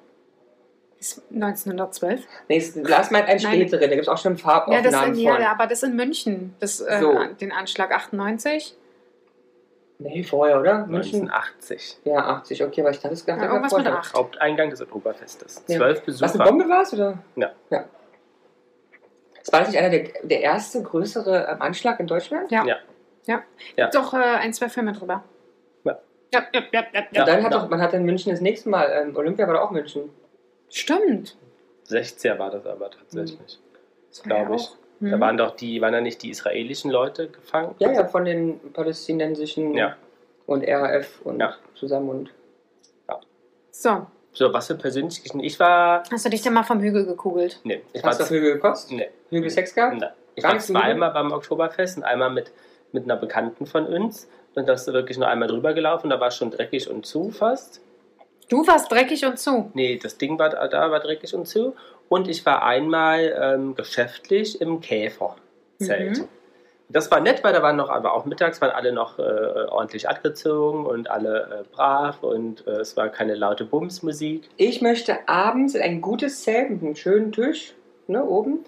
Ist 1912?
nee es- Lars meint einen
Nein.
späteren. Da gibt es auch schon
Ja,
Farbaufnahmen
das in, ja,
von.
aber das in München. Das, äh,
So.
Den Anschlag 98.
Nee, vorher, oder? München?
1980.
Ja, 80. Okay, weil ich dachte, es gab
Ja, Äh, irgendwas mit 8.
Haupteingang des Oktoberfestes.
Ja.
Zwölf
Was, eine
Besucher.
Bombe war es, oder?
Ja.
ja. Es war das nicht einer der, der erste größere ähm, Anschlag in Deutschland?
Ja.
Doch, äh, ein, zwei Filme drüber.
Ja.
Ja, ja, ja, ja, ja.
Ja.
Und dann hat doch, man hat in München das nächste Mal, ähm, Olympia war doch auch München.
Stimmt.
60er war das aber tatsächlich,
Mhm.
Das war ja
glaube ich.
auch. Hm.
Da waren doch die, waren da nicht die israelischen Leute gefangen?
Ja, ja, von den palästinensischen
Ja.
und RAF und
Ja.
zusammen und.
so,
So, was für persönliche Geschichten. Ich war.
hast du dich denn mal vom Hügel gekugelt?
Nee, ich war,
Hast du
z-
dafür gekostet?
nee,
Hügel Sex gehabt?
nein. Ich
Gar
war
nichts
zweimal beim Oktoberfest und einmal mit, mit einer Bekannten von uns. Und da ist sie wirklich nur einmal drüber gelaufen. Da war es schon dreckig und zu fast.
Du warst dreckig und zu.
Nee, das Ding war da, da war dreckig und zu. Und ich war einmal ähm, geschäftlich im Käferzelt.
Mhm.
Das war nett, weil da waren noch, aber auch mittags waren alle noch äh, ordentlich abgezogen und alle äh, brav und äh, es war keine laute Bumsmusik.
Ich möchte abends in ein gutes Zelt mit einem schönen Tisch, ne, oben,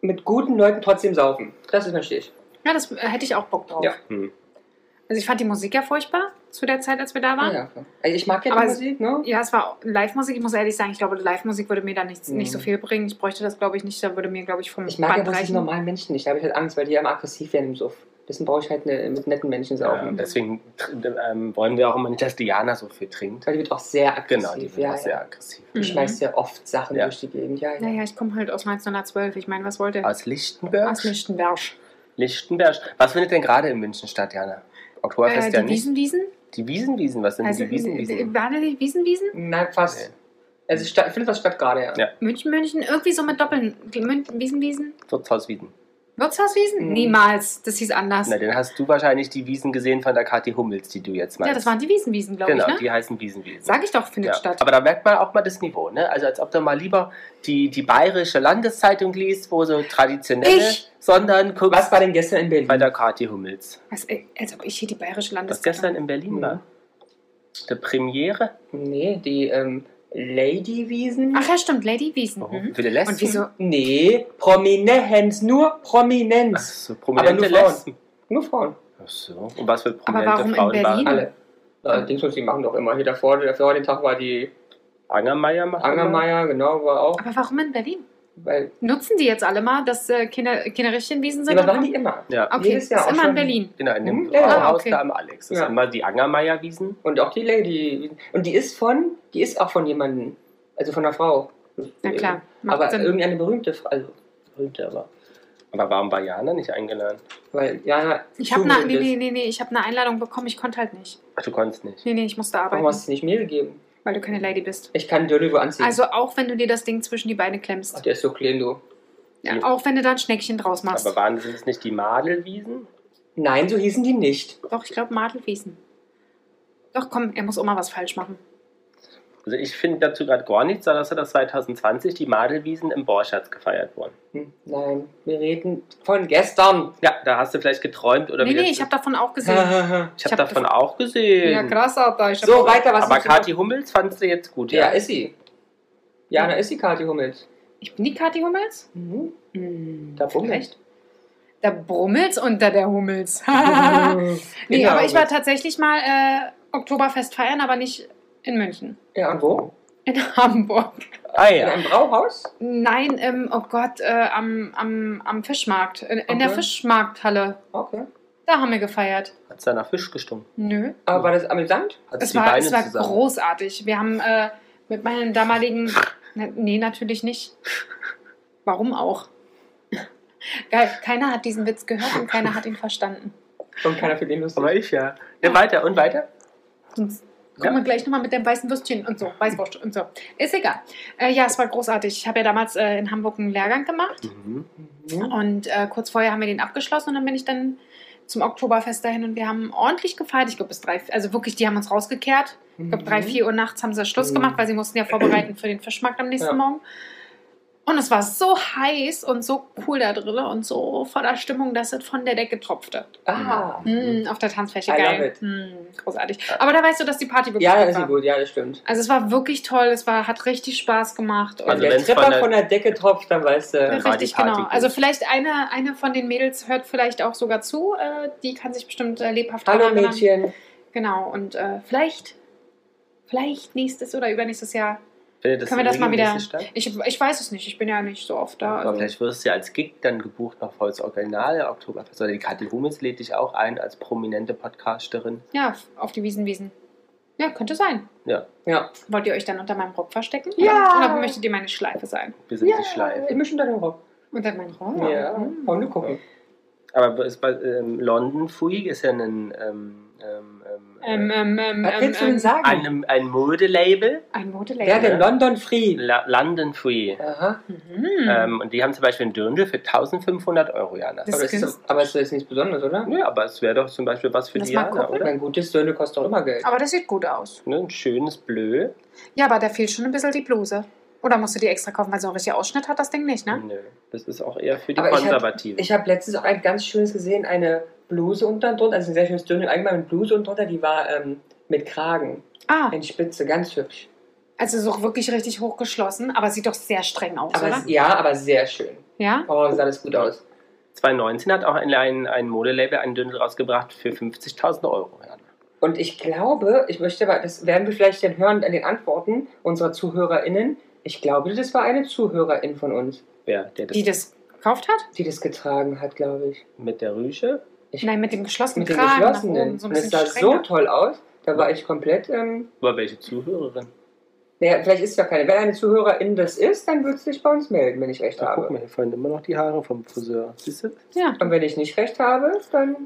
mit guten Leuten trotzdem saufen. Das ist mein Stich.
Ja, das äh, hätte ich auch Bock drauf.
Ja.
Hm.
Also ich fand die Musik ja furchtbar. zu der Zeit, als wir da
Ah,
waren.
ja, klar. Also ich mag ja
Aber
die
es-
Musik, ne?
Ja, es war Live-Musik. Ich muss ehrlich sagen, ich glaube, Live-Musik würde mir da nichts,
Mhm.
nicht so viel bringen. Ich bräuchte das, glaube ich, nicht. Da würde mir, glaube ich, vom
Ich mag ja
Band
bloß die
reichen.
normalen Menschen nicht. Da habe ich halt Angst, weil die immer aggressiv werden im Suff. Deswegen brauche ich halt eine, mit netten Menschen
Ja,
saufen.
Ähm, deswegen tr- ähm, wollen wir auch immer nicht, dass Diana so viel trinkt.
Weil die wird auch sehr aggressiv.
Genau, die sind
ja,
auch
ja.
sehr aggressiv.
Mhm.
Die schmeißt ja oft Sachen
Ja.
durch die Gegend. Ja, ja.
Naja, ich komme halt aus 1912. Ich meine, was wollt ihr?
Aus Lichtenberg?
Aus Lichtenberg.
Lichtenberg. Was findet denn gerade in München statt, Jana? Oktoberfest
Äh,
ja
die
nicht.
Wiesenwiesen?
Die Wiesenwiesen, was sind
Also,
die Wiesenwiesen?
waren die Wiesenwiesen?
Nein, fast.
Nee.
Also statt, findet das statt gerade, ja.
Ja.
München, München? Irgendwie so mit Doppeln. Die Mün- Wiesenwiesen?
Wirtshaus Wiesen.
Wirtshauswiesen?
Mhm.
Niemals. Das hieß anders.
Na, dann hast du wahrscheinlich die Wiesen gesehen von der Kathi Hummels, die du jetzt meinst.
ja, das waren die Wiesenwiesen, glaube
Genau,
ich, ne?
die heißen Wiesenwiesen.
Sag ich doch, findet
ja.
statt.
Aber da merkt man auch mal das Niveau, ne? Also als ob du mal lieber die, die bayerische Landeszeitung liest, wo so traditionell,
Ich?
sondern guckst
Was war denn gestern in Berlin?
bei der Kathi Hummels.
Was, ey, als ob ich hier die bayerische
Was
Landeszeitung...
gestern in Berlin
Mhm.
war. Der Premiere.
Nee, die ähm, Lady Wiesen.
Ach ja, stimmt, Lady Wiesen.
Oh,
Mhm.
Für die Lesben.
Und wieso?
Nee, Prominenz, nur
Ach
Prominenz.
so, prominente
Aber nur Frauen.
Lesben.
Nur Frauen.
Ach so. Und was für
Aber
prominente
warum in
Frauen
Berlin?
waren?
Alle. Äh, Allerdings, die machen doch immer hier davor. Davor den Tag war die
Angermeier macht
Angermeier, genau, war auch.
Aber warum in Berlin?
Weil,
Nutzen die jetzt alle mal, dass äh, Kinder, Kinderrichtchen Wiesen sind?
die waren die immer.
immer. Ja.
okay,
jedes Jahr
ist
auch
immer in
schon.
Berlin.
Genau, in dem
Hm? Ja,
Ah. ja,
Haus
okay.
da am Alex. Das
Ja.
ist immer die Angermeier-Wiesen.
Und auch die Lady. Und die ist von, die ist auch von jemandem. Also von einer Frau.
Na klar, macht
Aber
Sinn.
irgendeine berühmte Frau. Also, berühmte, aber.
Aber warum war Jana nicht eingeladen?
Weil, ja, ja.
Ich
zu
habe eine,
berühmt
nee,
ist.
nee, nee, nee, ich hab eine Einladung bekommen, ich konnte halt nicht.
Ach, du konntest nicht.
Nee, nee, ich musste
Warum hast du
arbeiten,
es nicht mir gegeben?
weil du keine Lady bist.
Ich kann Dirty wo anziehen.
Also auch wenn du dir das Ding zwischen die Beine
Ach,
klemmst.
der ist so klein, du.
Ja, auch wenn du da ein Schneckchen draus machst.
Aber waren das nicht die Madelwiesen?
Nein, so hießen die nicht.
Doch, ich glaube Madelwiesen. Doch, komm, er muss auch mal was falsch machen.
Also ich finde dazu gerade gar nichts, sondern dass er das 2020 die Madelwiesen im Borschatz gefeiert wurden.
Hm, Nein, wir reden von gestern.
Ja, da hast du vielleicht geträumt oder
nee,
wie
nee,
das-
ich habe davon auch gesehen.
ja,
ich
ich
hab
hab
davon auch gesehen.
Ja, krass, Alter. Ich hab
So, weiter, was
Aber
ist-
Kathi Hummels fandst du jetzt gut, ja?
ist sie. Jana ist sie, Kathi Hummels.
Ich bin die Kathi Hummels?
Mhm.
Hm,
Da bummelt.
vielleicht. Da brummelt's unter der Hummels. nee,
Genau.
aber ich war tatsächlich mal äh, Oktoberfest feiern, aber nicht in München.
Ja, und wo?
In Hamburg.
Ah
In
ja.
einem Brauhaus?
Nein, ähm, oh Gott, äh, am, am, am Fischmarkt. In, in der
Okay.
Fischmarkthalle.
Okay.
Da haben wir gefeiert.
Hat es da nach Fisch gestunken?
Nö.
Aber war das amüsant?
Hat
Es war, es war großartig. Wir haben äh, mit meinem damaligen. Na, nee, natürlich nicht. Warum auch? Geil, keiner hat diesen Witz gehört und keiner hat ihn verstanden.
Und keiner für den Lust.
Aber ich ja. ja. Weiter und weiter.
Sonst
Ja.
kommen wir gleich nochmal mit dem weißen Würstchen und so, Weißwurst und so. Ist egal. Äh, ja, es war großartig. Ich habe ja damals äh, in Hamburg einen Lehrgang gemacht.
Mhm.
Mhm.
Und äh, kurz vorher haben wir den abgeschlossen und dann bin ich dann zum Oktoberfest dahin und wir haben ordentlich gefeiert. Ich glaube, bis drei, also wirklich, die haben uns rausgekehrt. Ich glaube, drei, vier Uhr nachts haben sie Schluss
Mhm.
gemacht, weil sie mussten ja vorbereiten für den Fischmarkt am nächsten
Ja.
Morgen. Und es war so heiß und so cool da drin und so voller Stimmung, dass es von der Decke tropfte.
Ah.
Mhm, auf der Tanzfläche,
I love
geil.
it.
Mhm, großartig. Aber da weißt du, dass die Party wirklich
Ja,
gut
ist sie
war.
gut. Ja, das stimmt.
Also es war wirklich toll, es war, hat richtig Spaß gemacht. Und
Wenn
Also
der
wenn's von
Tripper
der-
von, der Decke tropft, dann weißt du.
Dann war die
Richtig,
Party
genau.
gut.
Also vielleicht eine, eine von den Mädels hört vielleicht auch sogar zu. Äh, die kann sich bestimmt äh, lebhaft
Hallo
daran erinnern.
Mädchen.
Genau. Und äh, vielleicht, vielleicht nächstes oder übernächstes Jahr.
Findet das
Können wir das mal wieder-
regelmäßig statt?
Ich, ich weiß es nicht. Ich bin ja nicht so oft da.
Aber
Also.
vielleicht wirst du ja als Gig dann gebucht noch volls Original Oktoberfest. Oder die Kathi Hummels lädt dich auch ein als prominente Podcasterin.
Ja, f- auf die Wiesen, Wiesen. Ja, könnte sein.
Ja,
Wollt ihr euch dann unter meinem Rock verstecken?
Ja.
Oder möchtet ihr meine Schleife sein?
Wir sind
Ja.
die Schleife.
wir mischen da den Rock.
Unter meinen Rock?
Ja,
Hm.
wollen wir gucken.
Aber ist bei ähm, London Free ist ja ein, ähm, ähm,
Ähm, ähm,
ähm,
ähm,
Was willst du
ähm,
denn sagen? genau.
ein, ein Modelabel,
Ein
Der
Modelabel.
denn London Free.
La London Free.
Aha.
Mhm.
Ähm, und die haben zum Beispiel ein Dirndl für 1500 Euro, Jana.
Das
Aber
ist
das
günst-
ist, aber das ist nichts Besonderes, oder?
Ja, aber es wäre doch zum Beispiel was für
Lass mal
Diana,
gucken.
oder?
Ein gutes Söhne kostet doch immer Geld.
Aber das sieht gut aus.
Ne, ein schönes Blö.
Ja, aber da fehlt schon ein bisschen die Bluse. Oder musst du die extra kaufen, weil so einen richtigen Ausschnitt hat das Ding nicht,
Mhm.
ne?
Nö, das ist auch eher für die
Aber ich hab-
Konservativen.
Ich habe letztens auch ein ganz schönes gesehen, eine Bluse unten drunter, also ein sehr schönes Dönen, allgemein mit Bluse unten drunter, die war ähm, mit Kragen,
Ah,
in Spitze, ganz hübsch.
also so wirklich richtig hochgeschlossen, aber sieht doch sehr streng aus,
Aber,
oder?
ja, aber sehr schön.
Ja?
Oh, sah das gut aus.
2019 hat auch ein, ein, ein Modelabel ein Dirndl rausgebracht für 50.000 Euro. Jana.
Und ich glaube, ich möchte aber, das werden wir vielleicht dann hören an den Antworten unserer ZuhörerInnen. Ich glaube, das war eine Zuhörerin von uns,
Ja, der das,
Die das gekauft hat?
die das getragen hat, glaube ich.
mit der Rüsche.
Nein, mit dem geschlossenen
Mit den
Kragen nach
geschlossenen.
oben, so ein
und es
bisschen
sah so
strenger.
toll aus. Da war ich komplett. Ähm,
Über welche Zuhörerin?
naja, vielleicht ist ja keine. Wenn eine Zuhörerin das ist, dann wird sie sich bei uns melden, wenn ich recht
Da guck
habe.
mal, hier fallen immer noch die Haare vom Friseur. Siehst du?
ja,
Und wenn ich nicht recht habe, dann.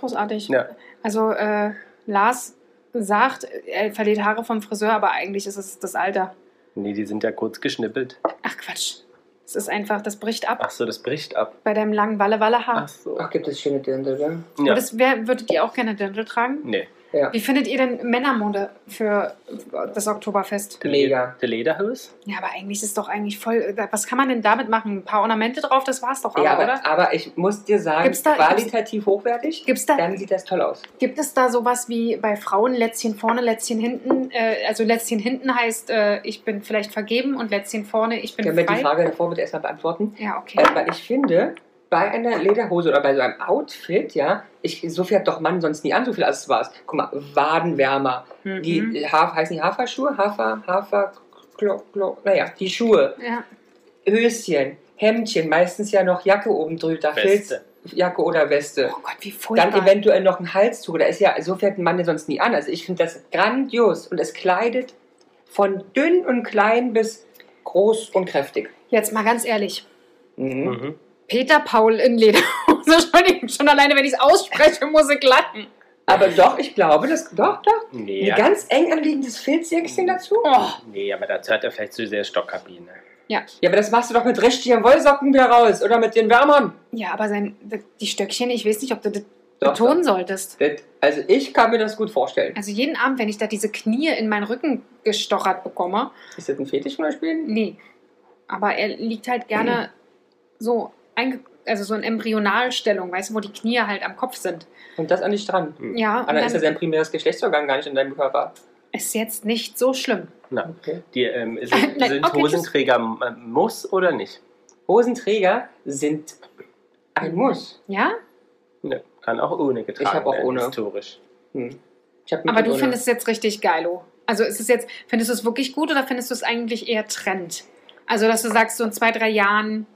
großartig.
Ja.
Also äh, Lars sagt, er verliert Haare vom Friseur, aber eigentlich ist es das Alter.
Nee, die sind ja kurz geschnippelt.
Ach Quatsch. Es ist einfach, das bricht ab
Ach so, das bricht ab.
bei deinem langen Walle-Walle-Haar.
Ach so.
Ach, gibt es schöne Dirndl, oder?
Ja.
Ah. Das wär, würdet ihr auch gerne Dirndl tragen?
Nee.
Ja.
Wie findet ihr denn Männermode für das Oktoberfest?
Der
Mega.
Le- Der Lederhose?
Ja, aber eigentlich ist es doch eigentlich voll. äh, Was kann man denn damit machen? Ein paar Ornamente drauf, das war's doch, aber,
Ja, aber,
oder?
aber ich muss dir sagen,
Gibt's da-
qualitativ hochwertig,
Gibt's da,
dann sieht das toll aus.
gibt es da sowas wie bei Frauen Lätzchen vorne, Lätzchen hinten? Äh, also Lätzchen hinten heißt, äh, ich bin vielleicht vergeben und Lätzchen vorne, ich bin
Wenn wir die
frei.
Frage davor bitte erstmal beantworten.
Ja, okay.
Äh, Weil ich finde, bei einer Lederhose oder bei so einem Outfit, ja, ich, so viel hat doch Mann sonst nie an, so viel Accessoires. Guck mal, Wadenwärmer,
Mhm.
die Haf, heißen die Haferschuhe? Hafer, Hafer, Klo, Klo, naja, die Schuhe,
ja.
Höschen, Hemdchen, meistens ja noch Jacke oben drüber, Filz,
Beste.
Jacke oder Weste.
Oh Gott, wie furchtbar.
Dann eventuell noch ein Halstuch. Da ist ja, so fährt ein Mann ja sonst nie an. Also ich finde das grandios. Und es kleidet von dünn und klein bis groß und kräftig.
Jetzt mal ganz ehrlich.
Mhm.
Mhm.
Peter Paul in Lederhose. Entschuldigung, schon alleine, wenn ich es ausspreche, muss ich lachen.
Aber doch, ich glaube, das doch, doch.
Nee,
Ein ganz eng anliegendes Filzjäckchen dazu.
Oh.
nee, aber dazu hat er vielleicht zu sehr Stockkabine.
Ja, aber das machst du doch mit richtigen Wollsocken wieder raus. Oder mit den Wärmern.
Ja, aber sein, die Stöckchen, ich weiß nicht, ob du das
Doch,
betonen solltest.
Das, also ich kann mir das gut vorstellen.
Also jeden Abend, wenn ich da diese Knie in meinen Rücken gestochert bekomme,
Ist das ein Fetisch von euch spielen?
nee. Aber er liegt halt gerne
Mhm.
so einge also so in Embryonalstellung, weißt du, wo die Knie halt am Kopf sind.
Und das an dich dran.
Ja, und
Anna, Ah, ist ja
dann
sein primäres Geschlechtsorgan gar nicht in deinem Körper.
ist jetzt nicht so schlimm.
Na,
Okay.
die, ähm, sind,
Nein,
sind
okay, tschüss.
Hosenträger äh, Muss oder nicht?
Hosenträger sind
Mhm.
ein Muss.
Ja?
Ne, kann auch ohne getragen
Ich hab auch
werden,
ohne.
historisch.
Hm. Ich hab mit
Aber
und
du
ohne.
findest es jetzt richtig geilo. Also ist es jetzt, findest du es wirklich gut oder findest du es eigentlich eher Trend? Also, dass du sagst, so in zwei, drei Jahren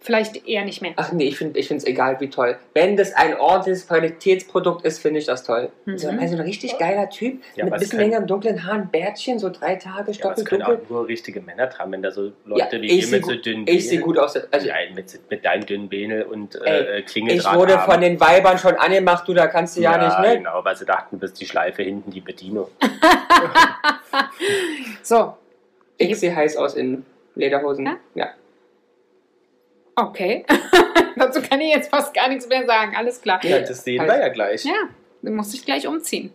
vielleicht eher nicht mehr.
Ach nee, ich finde es egal, wie toll. Wenn das ein ordentliches Qualitätsprodukt ist, finde ich das toll.
Mhm.
So, also ein richtig geiler Typ
Ja,
mit
aber
ein
es
bisschen
können-
längerem dunklen Haaren, Bärtchen, so drei Tage,
Ja, aber das können
stockeldunkel.
auch nur richtige Männer tragen, wenn da so
Ja,
Leute wie
ich
ihr
sehe
mit so
gut,
dünnen
ich seh gut aus. Also,
Nein, mit, mit deinem dünnen Benel und
Ey,
äh, Klingeldraht.
ich wurde
haben.
von den Weibern schon angemacht, du, da kannst du ja, nicht, ne?
genau, weil sie dachten, bis die Schleife hinten die Bedienung.
So,
Ich sehe heiß aus in Lederhosen.
Ja?
Ja?
Okay. Dazu kann ich jetzt fast gar nichts mehr sagen. Alles klar.
Ja,
das sehen
heißt-
wir ja halt. gleich.
Ja, du musst dich gleich umziehen.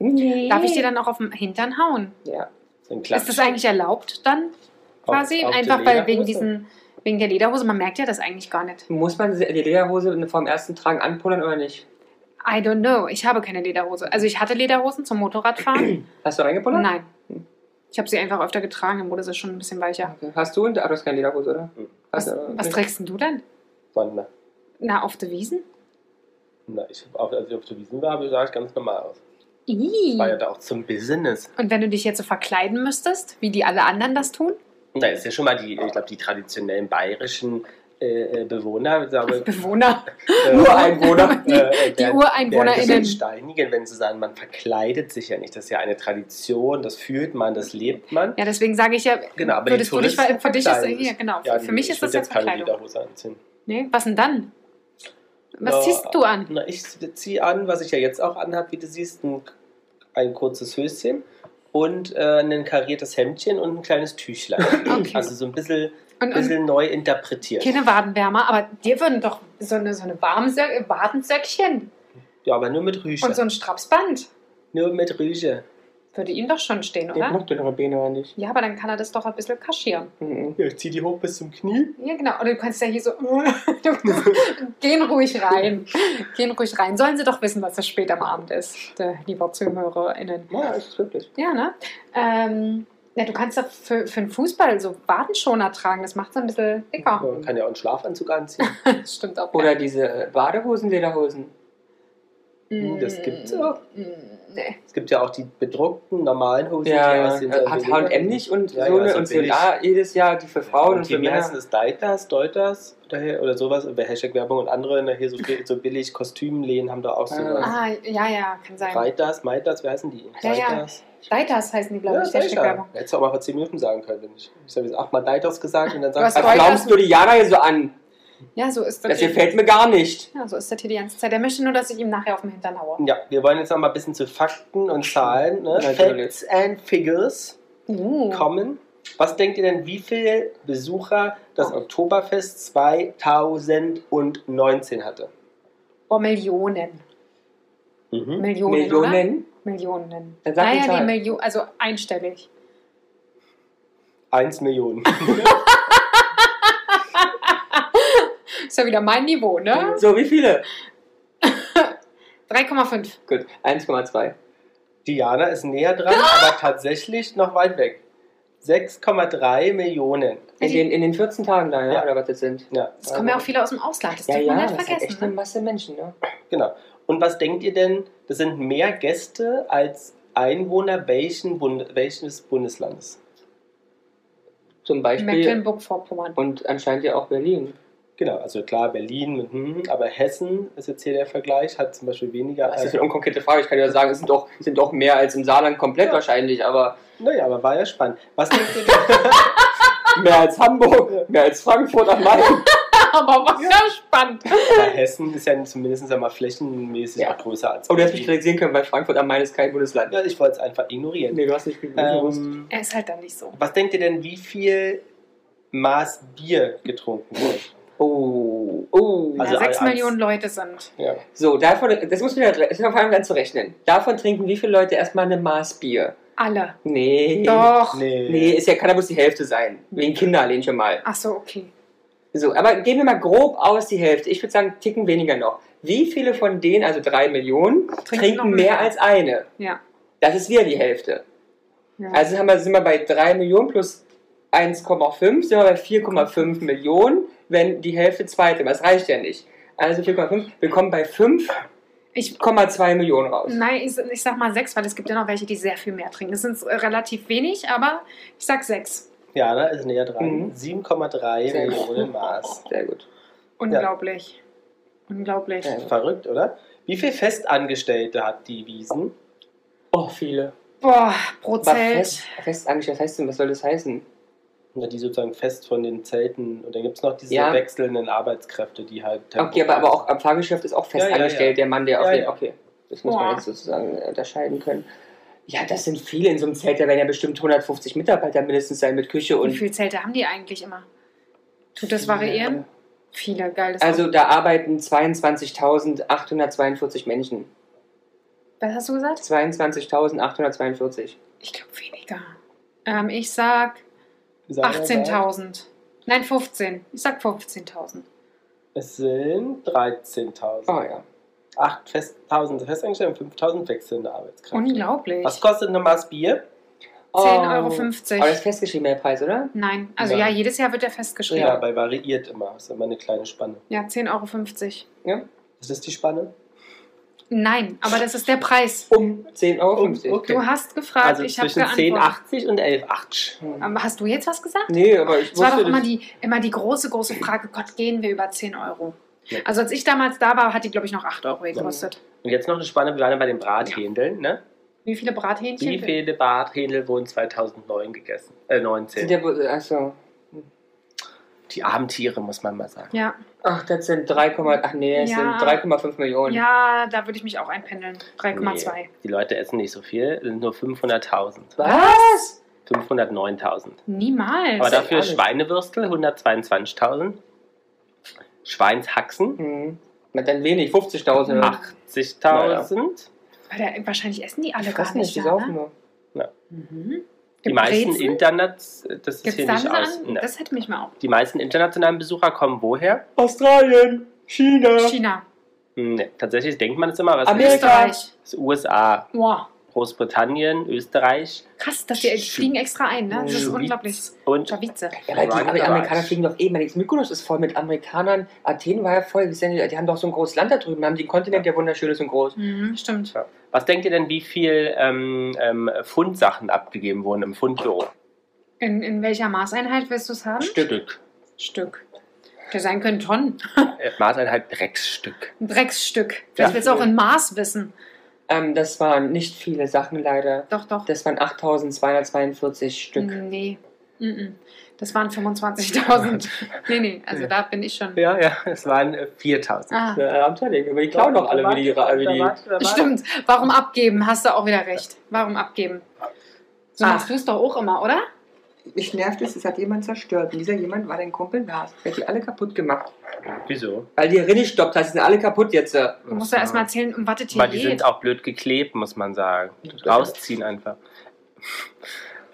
Nee.
Darf ich dir dann auch auf dem Hintern hauen?
Ja.
So ein Klatsch.
Ist das eigentlich erlaubt dann quasi?
auf die
Einfach weil wegen
Lederhose?
diesen wegen der Lederhose, man merkt ja das eigentlich gar nicht.
Muss man die Lederhose vom ersten Tragen anpullern oder nicht?
I don't know. Ich habe keine Lederhose. Also ich hatte Lederhosen zum Motorradfahren.
Hast du
Hm.
reingepullert?
Nein. Ich habe sie einfach öfter getragen, dann wurde sie schon ein bisschen weicher.
Okay. Hast du und ah, du hast keine Lederhose, oder?
Mhm.
Was,
Hast du Hm. aber
was
nicht?
trägst denn du dann?
Wanda.
Na, auf der Wiesen?
Na, ich hab auch, als ich auf der Wiesen war, sah ich ganz normal aus.
Mhm. Ih.
War ja da auch zum Business.
Und wenn du dich jetzt so verkleiden müsstest, wie die alle anderen das tun?
Da ist ja schon mal die, ich glaube, die traditionellen bayerischen äh, äh, Bewohner, sagen
Bewohner,
wir, äh,
Ureinwohner.
äh,
die
der- der
UreinwohnerInnen.
Steinigen, wenn sie sagen, man verkleidet sich ja nicht. Das ist ja eine Tradition, das fühlt man, das lebt man.
Ja, deswegen sage ich ja,
Genau, aber
würdest
die
du dich,
Touristen
ver- für dich ist,
verkleiden
ja,
sich.
genau,
Ja,
für mich
ich
ist das
würd
jetzt
keine
Verkleidung.
Lederhose anziehen.
Nee, was denn dann? Was
Ja,
ziehst du an?
Na, ich ziehe an, was ich ja jetzt auch anhabe, wie du siehst, ein, ein kurzes Höschen und äh, ein kariertes Hemdchen und ein kleines Tüchlein.
Okay.
Also so ein bisschen,
Und, und
bisschen neu interpretiert.
keine Wadenwärmer, aber dir würden doch so eine, so eine warme Sö äh, Wadensöckchen
Ja, aber nur mit Rüsche.
und so ein Strapsband
Nur mit Rüsche.
würde ihm doch schon stehen,
Ich
oder?
mag deine Beine oder nicht?
Ja, aber dann kann er das doch ein bisschen kaschieren.
Mhm.
Ja, ich zieh die hoch bis zum Knie.
Ja, genau. Oder du kannst ja hier so. Gehen ruhig rein. Gehen ruhig rein. Sollen sie doch wissen, was das spät am Abend ist, äh, lieber ZuhörerInnen.
Ja, ist wirklich.
Ja, ne? Ähm, ja, du kannst doch für, für den Fußball so Badenschoner tragen. Das macht so ein bisschen dicker.
Man kann ja auch einen Schlafanzug anziehen.
äh,
Stimmt auch.
Oder diese Badehosen, Lederhosen.
Hm, das gibt's auch.
Mm, Nee.
Es gibt ja auch die bedruckten, normalen Hosen.
Ja,
die aus den
hat H&M nicht und
Ja, also
so
ja,
eine
so
und so
billig.
da jedes Jahr die für Frauen und ne?
und hier,
für
wie heißen
Männer.
das? Deiters, Deuters oder, oder sowas? Über Hashtag-Werbung und andere ne, hier so, so billig Kostümläden haben da auch so.
Ah.
was.
Ah, ja, ja, kann sein.
Reiters, Meiters, wie heißen die?
Ja, ja. Deiters heißen die, glaube ich,
sag
der
ich ja.
Steckwerbung.
Hättest du auch mal vor 10 Minuten sagen können, wenn ich. Ich habe jetzt achtmal Deiters gesagt und dann sagst
Du
Da
hast Reuters-
flaumst du die Jana hier so an.
Ja, so ist das.
Das gefällt mir gar nicht.
Ja, so ist das hier die ganze Zeit. Er möchte nur, dass ich ihm nachher auf den Hintern haue.
Ja, wir wollen jetzt noch mal ein bisschen zu Fakten und Zahlen, ne?
Natürlich.
Facts and Figures
Uh.
kommen. Was denkt ihr denn, wie viele Besucher das Oktoberfest 2019 hatte?
Boah, Millionen. Millionen.
Mhm.
Millionen? Oder?
Millionen?
Millionen.
Dann sag die
naja, Ah die
Zahl.
Millionen, also einstellig.
Eins Million.
Ist ja wieder mein Niveau, ne?
So, wie viele?
3,5.
Gut, 1,2.
Diana ist näher dran, aber tatsächlich noch weit weg. 6,3 Millionen.
In den, in den 14 Tagen da, ja,
Ja.
oder was das sind.
Ja,
Es kommen ja auch viele aus dem Ausland. Das
Ja,
darf
ja,
man
das
nicht
ist echt eine
vergessen. Ne?
Masse Menschen, ne?
genau. Und was denkt ihr denn, das sind mehr Gäste als Einwohner welchen Bund welches Bundeslandes?
Zum Beispiel.
Mecklenburg-Vorpommern.
Und anscheinend ja auch Berlin.
Genau, also klar, Berlin, mit, hm, aber Hessen ist jetzt hier der Vergleich, hat zum Beispiel weniger.
Das ist
Als,
eine unkonkrete Frage. Ich kann ja sagen, es sind doch, es sind doch mehr als im Saarland komplett wahrscheinlich, aber
naja, aber war ja spannend. Was denkt ihr denn?
mehr als Hamburg, mehr als Frankfurt am Main.
Aber was ja spannend.
Weil Hessen ist ja zumindest einmal flächenmäßig
Ja.
auch größer als.
Oh, du hast mich
Berlin.
kritisieren können, weil Frankfurt am Main ist kein Bundesland.
ja, ich wollte es einfach ignorieren.
Nee, du hast nicht gewusst.
Ähm,
Er ist halt dann nicht so.
was denkt ihr denn, wie viel Maß Bier getrunken wurde?
Oh, oh.
Also
ja, 6
als-
Millionen Leute sind.
Ja.
So, davon, das muss man ja das ist vor allem dann zu rechnen. Davon trinken wie viele Leute erstmal eine Maß Bier?
Alle.
Nee.
Doch.
Nee.
Nee, ist ja, kann ja bloß die Hälfte sein. Wegen Kinder allein schon mal.
Ach so, okay.
So, aber gehen wir mal grob aus die Hälfte. Ich würde sagen, ticken weniger noch. Wie viele von denen, also drei Millionen, trinken,
noch
mehr,
mehr.
als eine?
Ja.
Das ist wieder die Hälfte.
ja.
Also haben wir, sind wir bei 3 Millionen plus 1,5, sind wir bei 4,5 Millionen, wenn die Hälfte zweite, aber das reicht ja nicht. Also 4,5, wir kommen bei 5,2
ich,
Millionen raus.
nein, ich, ich sag mal 6, weil es gibt ja noch welche, die sehr viel mehr trinken. Es sind äh, relativ wenig, aber ich sag 6.
Jana ist näher dran.
Mhm.
7,3
Sehr
Millionen Maß.
Sehr gut.
Unglaublich. Unglaublich.
Ja.
Verrückt, oder? Wie viel Festangestellte hat die Wiesen?
Oh, viele.
Boah,
Aber
Prozent.
fest, fest angestellt, was heißt denn, was soll das heißen?
Na, Die sozusagen fest von den Zelten. Und dann gibt es noch diese
Ja.
wechselnden Arbeitskräfte, die halt.
Okay, aber, aber auch am Fahrgeschäft ist auch fest
Ja, ja,
angestellt,
ja.
der Mann, der auf
Ja,
den.
ja.
Okay, das muss
Boah.
man jetzt sozusagen äh, unterscheiden können. Ja, das sind viele in so einem Zelt, da werden ja bestimmt 150 Mitarbeiter mindestens sein mit Küche
Wie
und.
viele Zelte haben die eigentlich immer? Tut das variieren? Viele, geil. Das
Also da arbeiten 22.842 Menschen.
was hast du gesagt?
22.842.
Ich glaube weniger. Ähm, ich sag
Sagen wir mal,
18.000. Nein, 15. Ich sag 15.000.
Es sind 13.000.
Oh ja.
8 fest, 1000 Festangestellte und 5.000 wechselnde Arbeitskräfte.
Unglaublich.
Was kostet eine Maß Bier?
Oh.
10,50
Aber das ist festgeschrieben, der Preis, oder?
Nein, also ja,
Nein.
jedes Jahr wird er
Ja,
festgeschrieben.
Ja.
Ja,
dabei variiert immer. Das ist immer eine kleine Spanne.
10,50 Euro.
Ja.
Ist das die Spanne?
Nein, aber das ist der Preis.
Um 10,50 Euro.
okay.
Du hast gefragt,
Also
ich habe
zwischen
geantwortet.
10,80 und 11,80.
Aber Hast du jetzt was gesagt?
Hm. Nee, aber ich
Es war doch
wusste
immer
das-
die, immer die große, große Frage, Gott, gehen wir über 10 Euro?
Ja.
Also als ich damals da war, hat die, glaube ich, noch 8 Euro gekostet.
Und jetzt noch eine Spanne, wir waren ja bei den Brathändeln, ne?
Wie viele Brathähnchen?
Wie viele Barthähnel wurden 2009 gegessen? Äh,
sind
19.
ja wohl- Achso.
Die armen Tiere, muss man mal sagen.
Ja,
Ach, das sind 3, ach nee, das
Ja.
sind 3,5 Millionen.
ja da würde ich mich auch einpendeln. 3,2.
Nee, die Leute essen nicht so viel, sind nur 500.000.
Was?
509.000.
Niemals.
Aber dafür
alles.
Schweinewürstel 122.000. Schweinshaxen
Hm. Na dann wenig, 50.000.
Ach,
Ach,
80.000.
Alter, wahrscheinlich essen die alle
ich
gar
weiß
nicht.
nicht, die
da,
saufen
ne?
nur.
mhm.
Die
Gibt
meisten
Brezen?
Internets, äh, das ist
Gibt's
hier
da
nicht
einen
aus.
an?
Ne.
Das hätte mich mal auch.
Die meisten internationalen Besucher kommen woher?
Australien, China.
China,
Ne, tatsächlich denkt man es immer, was
Amerika.
Österreich.
ist USA.
Wow.
Großbritannien, Österreich,
Krass, dass die die fliegen extra ein, ne? Das ist
Schwyz
unglaublich.
und
Schavize.
Ja, weil die
Right,
Ameri- Amerikaner
right.
fliegen doch eh immer nichts. Mykonos ist voll mit Amerikanern. Athen war ja voll. Die sind- die haben doch so ein großes Land da drüben. Die haben den Kontinent, der wunderschön ist und groß.
Mhm, stimmt.
Was denkt ihr denn, wie viel ähm, ähm, Fundsachen abgegeben wurden im Fundbüro?
In, in welcher Maßeinheit willst du es haben?
Stück.
Stück. Hätte sein können Tonnen.
Äh, Maßeinheit Drecksstück.
Ein Drecksstück. Vielleicht
Ja.
willst du auch in Maß wissen.
Ähm, das waren nicht viele Sachen leider.
Doch, doch.
Das waren 8242 Stück.
Mm, Nee. Mhm. Das waren 25.000. nee, nee, also da bin ich schon.
Ja, ja, es waren äh, 4000.
Ah,
Äh, am Tag, aber die klauen doch alle, wie die. Wie die
stimmt. Warum abgeben? Hast du auch wieder recht. Warum abgeben? So
Ah.
Ach.
machst du es doch auch immer, oder?
Mich nervt es, es hat jemand zerstört. Und dieser jemand war dein Kumpel Lars. Der hat die alle kaputt gemacht.
Wieso?
Weil die Rinne stoppt, hast, sind alle kaputt jetzt. äh.
Du musst ja erstmal erzählen, um was es hier
Weil die
geht.
sind auch blöd geklebt, muss man sagen. Rausziehen einfach.